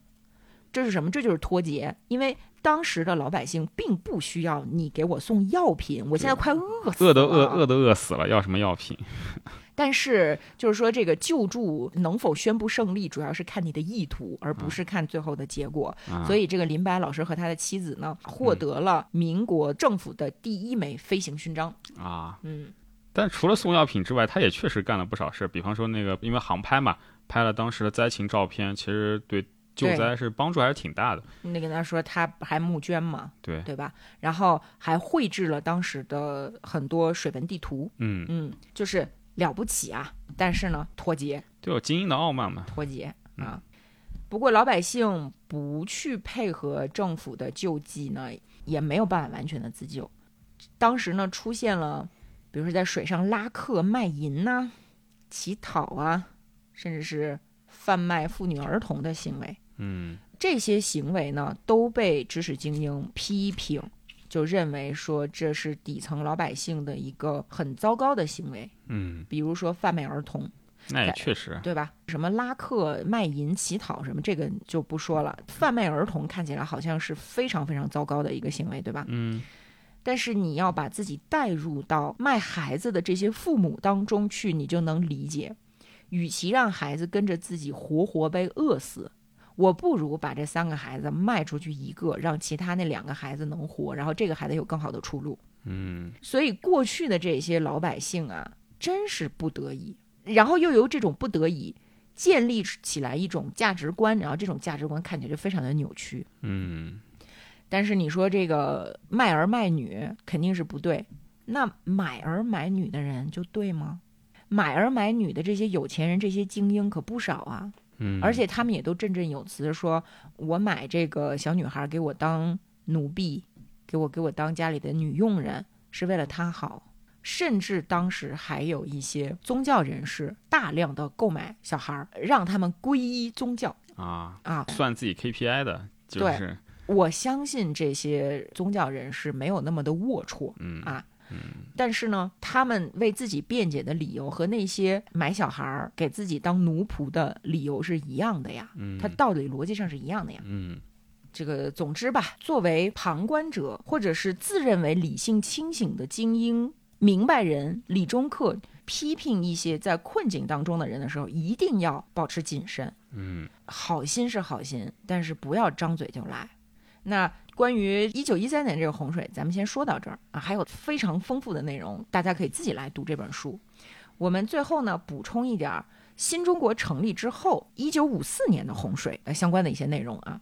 A: 这是什么？这就是脱节，因为当时的老百姓并不需要你给我送药品，我现在快饿死了，
C: 饿都饿饿都饿死了，要什么药品？
A: 但是就是说，这个救助能否宣布胜利，主要是看你的意图，而不是看最后的结果。
B: 嗯
C: 啊
A: 所以，这个林白老师和他的妻子呢，获得了民国政府的第一枚飞行勋章。
C: 啊，
A: 嗯，
C: 但除了送药品之外，他也确实干了不少事儿，比方说那个，因为航拍嘛，拍了当时的灾情照片，其实对救
A: 对
C: 灾是帮助还是挺大的。
A: 那跟他说他还募捐嘛，
C: 对，
A: 对吧？然后还绘制了当时的很多水文地图。
C: 嗯，
A: 嗯，就是了不起啊！但是呢，脱节，
C: 对，有精英的傲慢嘛。
A: 脱节啊。不过老百姓不去配合政府的救济呢，也没有办法完全的自救。当时呢，出现了，比如说在水上拉客卖淫呐、乞讨啊，甚至是贩卖妇女儿童的行为。
C: 嗯
A: 这些行为呢，都被知识精英批评，就认为说这是底层老百姓的一个很糟糕的行为，
C: 嗯，
A: 比如说贩卖儿童。
C: 那也
A: 对
C: 确实。
A: 对吧？什么拉客、卖淫、乞讨什么，这个就不说了。贩卖儿童看起来好像是非常非常糟糕的一个行为，对吧？
C: 嗯
A: 但是你要把自己带入到卖孩子的这些父母当中去，你就能理解。与其让孩子跟着自己活活被饿死，我不如把这三个孩子卖出去一个，让其他那两个孩子能活，然后这个孩子有更好的出路。
C: 嗯
A: 所以过去的这些老百姓啊，真是不得已，然后又由这种不得已建立起来一种价值观，然后这种价值观看起来就非常的扭曲。
C: 嗯
A: 但是你说这个卖儿卖女肯定是不对，那买儿买女的人就对吗？买儿买女的这些有钱人、这些精英可不少啊，
C: 嗯，
A: 而且他们也都振振有词地说：“我买这个小女孩给我当奴婢，给我给我当家里的女佣人，是为了她好。”甚至当时还有一些宗教人士大量的购买小孩儿，让他们皈依宗教
C: 啊，
A: 啊。
C: 算自己 KPI 的，就
A: 对
C: 是
A: 我相信这些宗教人士没有那么的龌龊，
C: 嗯
A: 啊但是呢，他们为自己辩解的理由和那些买小孩儿给自己当奴仆的理由是一样的呀，
C: 嗯，
A: 它道理逻辑上是一样的呀。
C: 嗯
A: 这个，总之吧，作为旁观者或者是自认为理性清醒的精英、明白人、理中客，批评一些在困境当中的人的时候，一定要保持谨慎。
C: 嗯
A: 好心是好心，但是不要张嘴就来。那关于一九一三年这个洪水，咱们先说到这儿啊，还有非常丰富的内容，大家可以自己来读这本书。我们最后呢补充一点儿新中国成立之后一九五四年的洪水呃相关的一些内容啊。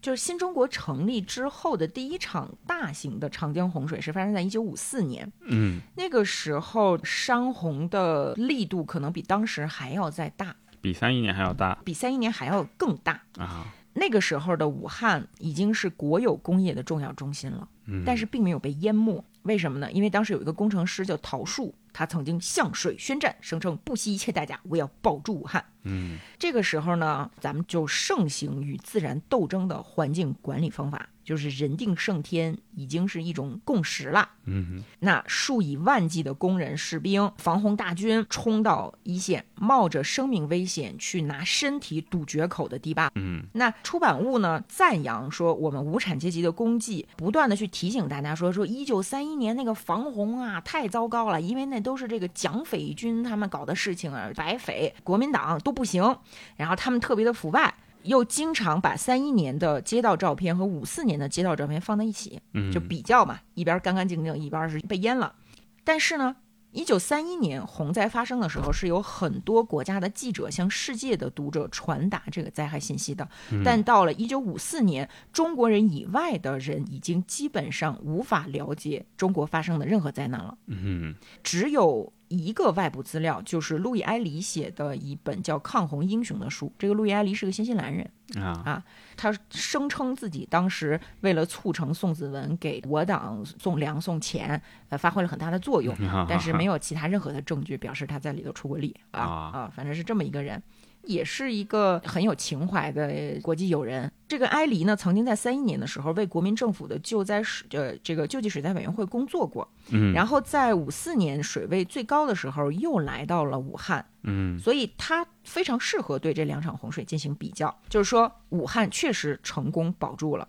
A: 就是新中国成立之后的第一场大型的长江洪水是发生在一九五四年，
C: 嗯，
A: 那个时候山洪的力度可能比当时还要再大，
C: 比三一年还要大
A: 比三一年还要更大。
C: 啊，
A: 那个时候的武汉已经是国有工业的重要中心了，
C: 嗯，
A: 但是并没有被淹没。为什么呢？因为当时有一个工程师叫陶树，他曾经向水宣战，声称不惜一切代价，我要保住武汉。
C: 嗯
A: 这个时候呢，咱们就盛行与自然斗争的环境管理方法，就是人定胜天，已经是一种共识了。
C: 嗯
A: 那数以万计的工人、士兵、防洪大军冲到一线，冒着生命危险去拿身体堵决口的堤坝。
C: 嗯
A: 那出版物呢赞扬说，我们无产阶级的功绩，不断的去提醒大家说，说一九三一年那个防洪啊太糟糕了，因为那都是这个蒋匪军他们搞的事情啊，白匪、国民党都不行，然后他们特别的腐败。又经常把三一年的街道照片和五四年的街道照片放在一起，
C: 嗯，
A: 就比较嘛，一边儿干干净净，一边儿是被淹了。但是呢，一九三一年洪灾发生的时候，是有很多国家的记者向世界的读者传达这个灾害信息的。但到了一九五四年，中国人以外的人已经基本上无法了解中国发生的任何灾难了。
C: 嗯
A: 只有一个外部资料，就是路易埃里写的一本叫《抗洪英雄》的书。这个路易埃里是个新西兰人，
C: 啊
A: 他声称自己当时为了促成宋子文给我党送粮送钱，呃，发挥了很大的作用，
B: 嗯
A: 但是没有其他任何的证据表示他在里头出过力啊
C: 啊
A: 啊，反正是这么一个人。也是一个很有情怀的国际友人。这个埃黎呢，曾经在三一年的时候为国民政府的救灾水呃这个救济水灾委员会工作过，
C: 嗯，
A: 然后在五四年水位最高的时候又来到了武汉，
C: 嗯
A: 所以它非常适合对这两场洪水进行比较。就是说，武汉确实成功保住了，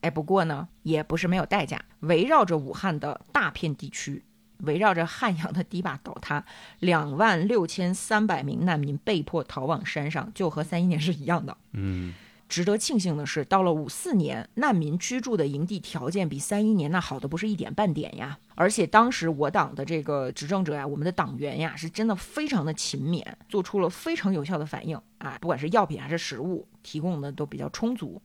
A: 哎，不过呢，也不是没有代价。围绕着武汉的大片地区，围绕着汉阳的堤坝倒塌，两万六千三百名难民被迫逃往山上，就和三一年是一样的。
C: 嗯
A: 值得庆幸的是，到了五四年，难民居住的营地条件比三一年那好的不是一点半点呀。而且当时我党的这个执政者呀，我们的党员呀，是真的非常的勤勉，做出了非常有效的反应啊，不管是药品还是食物，提供的都比较充足。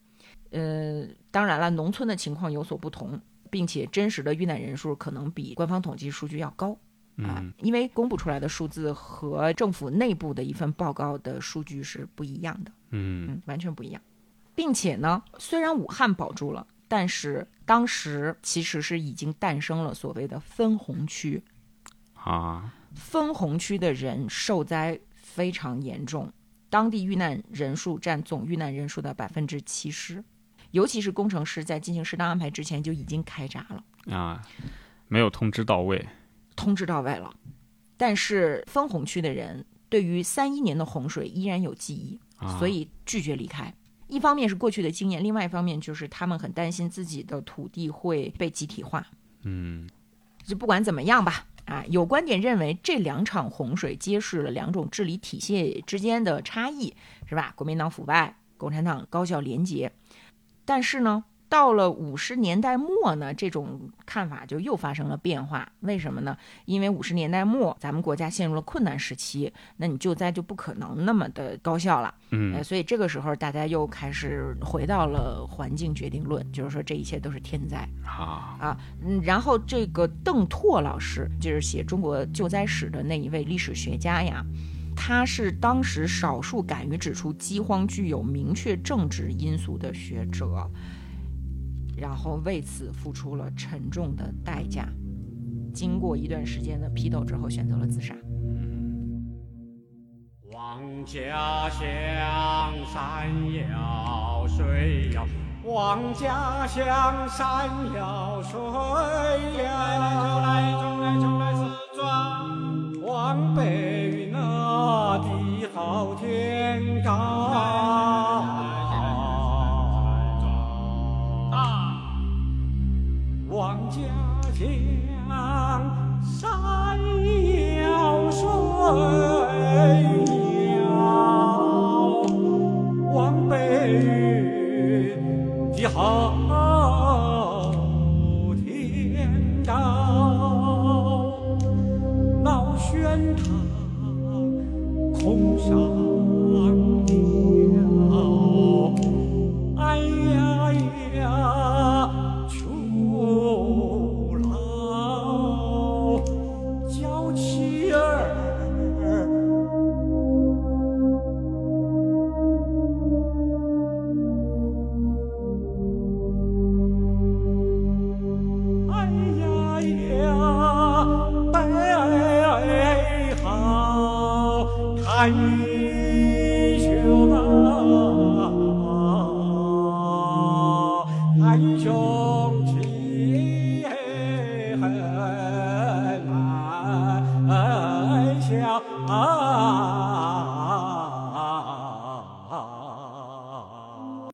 A: 呃，当然了，农村的情况有所不同，并且真实的遇难人数可能比官方统计数据要高。
C: 嗯
B: 嗯
A: 啊，因为公布出来的数字和政府内部的一份报告的数据是不一样的。
C: 嗯
A: 嗯，完全不一样。并且呢，虽然武汉保住了，但是当时其实是已经诞生了所谓的分红区，
C: 啊，
A: 分红区的人受灾非常严重，当地遇难人数占总遇难人数的百分之七十。尤其是工程师在进行适当安排之前就已经开闸了，
C: 啊，没有通知到位。
A: 通知到位了。但是分红区的人对于三一年的洪水依然有记忆，
C: 啊、
A: 所以拒绝离开。一方面是过去的经验，另外一方面就是他们很担心自己的土地会被集体化。
C: 嗯
A: 就不管怎么样吧，啊，有观点认为这两场洪水揭示了两种治理体系之间的差异，是吧？国民党腐败，共产党高效廉洁。但是呢，到了五十年代末呢，这种看法就又发生了变化。为什么呢？因为五十年代末，咱们国家陷入了困难时期，那你救灾就不可能那么的高效了。呃，
C: 嗯
A: 所以这个时候大家又开始回到了环境决定论，就是说这一切都是天灾
C: 啊
A: 啊。嗯，然后这个邓拓老师，就是写中国救灾史的那一位历史学家呀，他是当时少数敢于指出饥荒具有明确政治因素的学者，然后为此付出了沉重的代价。经过一段时间的批斗之后，选择了自杀。
D: 望家乡山遥水遥，望家乡山遥水遥。来中来中来四川，望北云那地厚天高。望家乡山遥水遥，望北云的好天高，老轩堂空山鸟，哎呀。难以求啊，难求。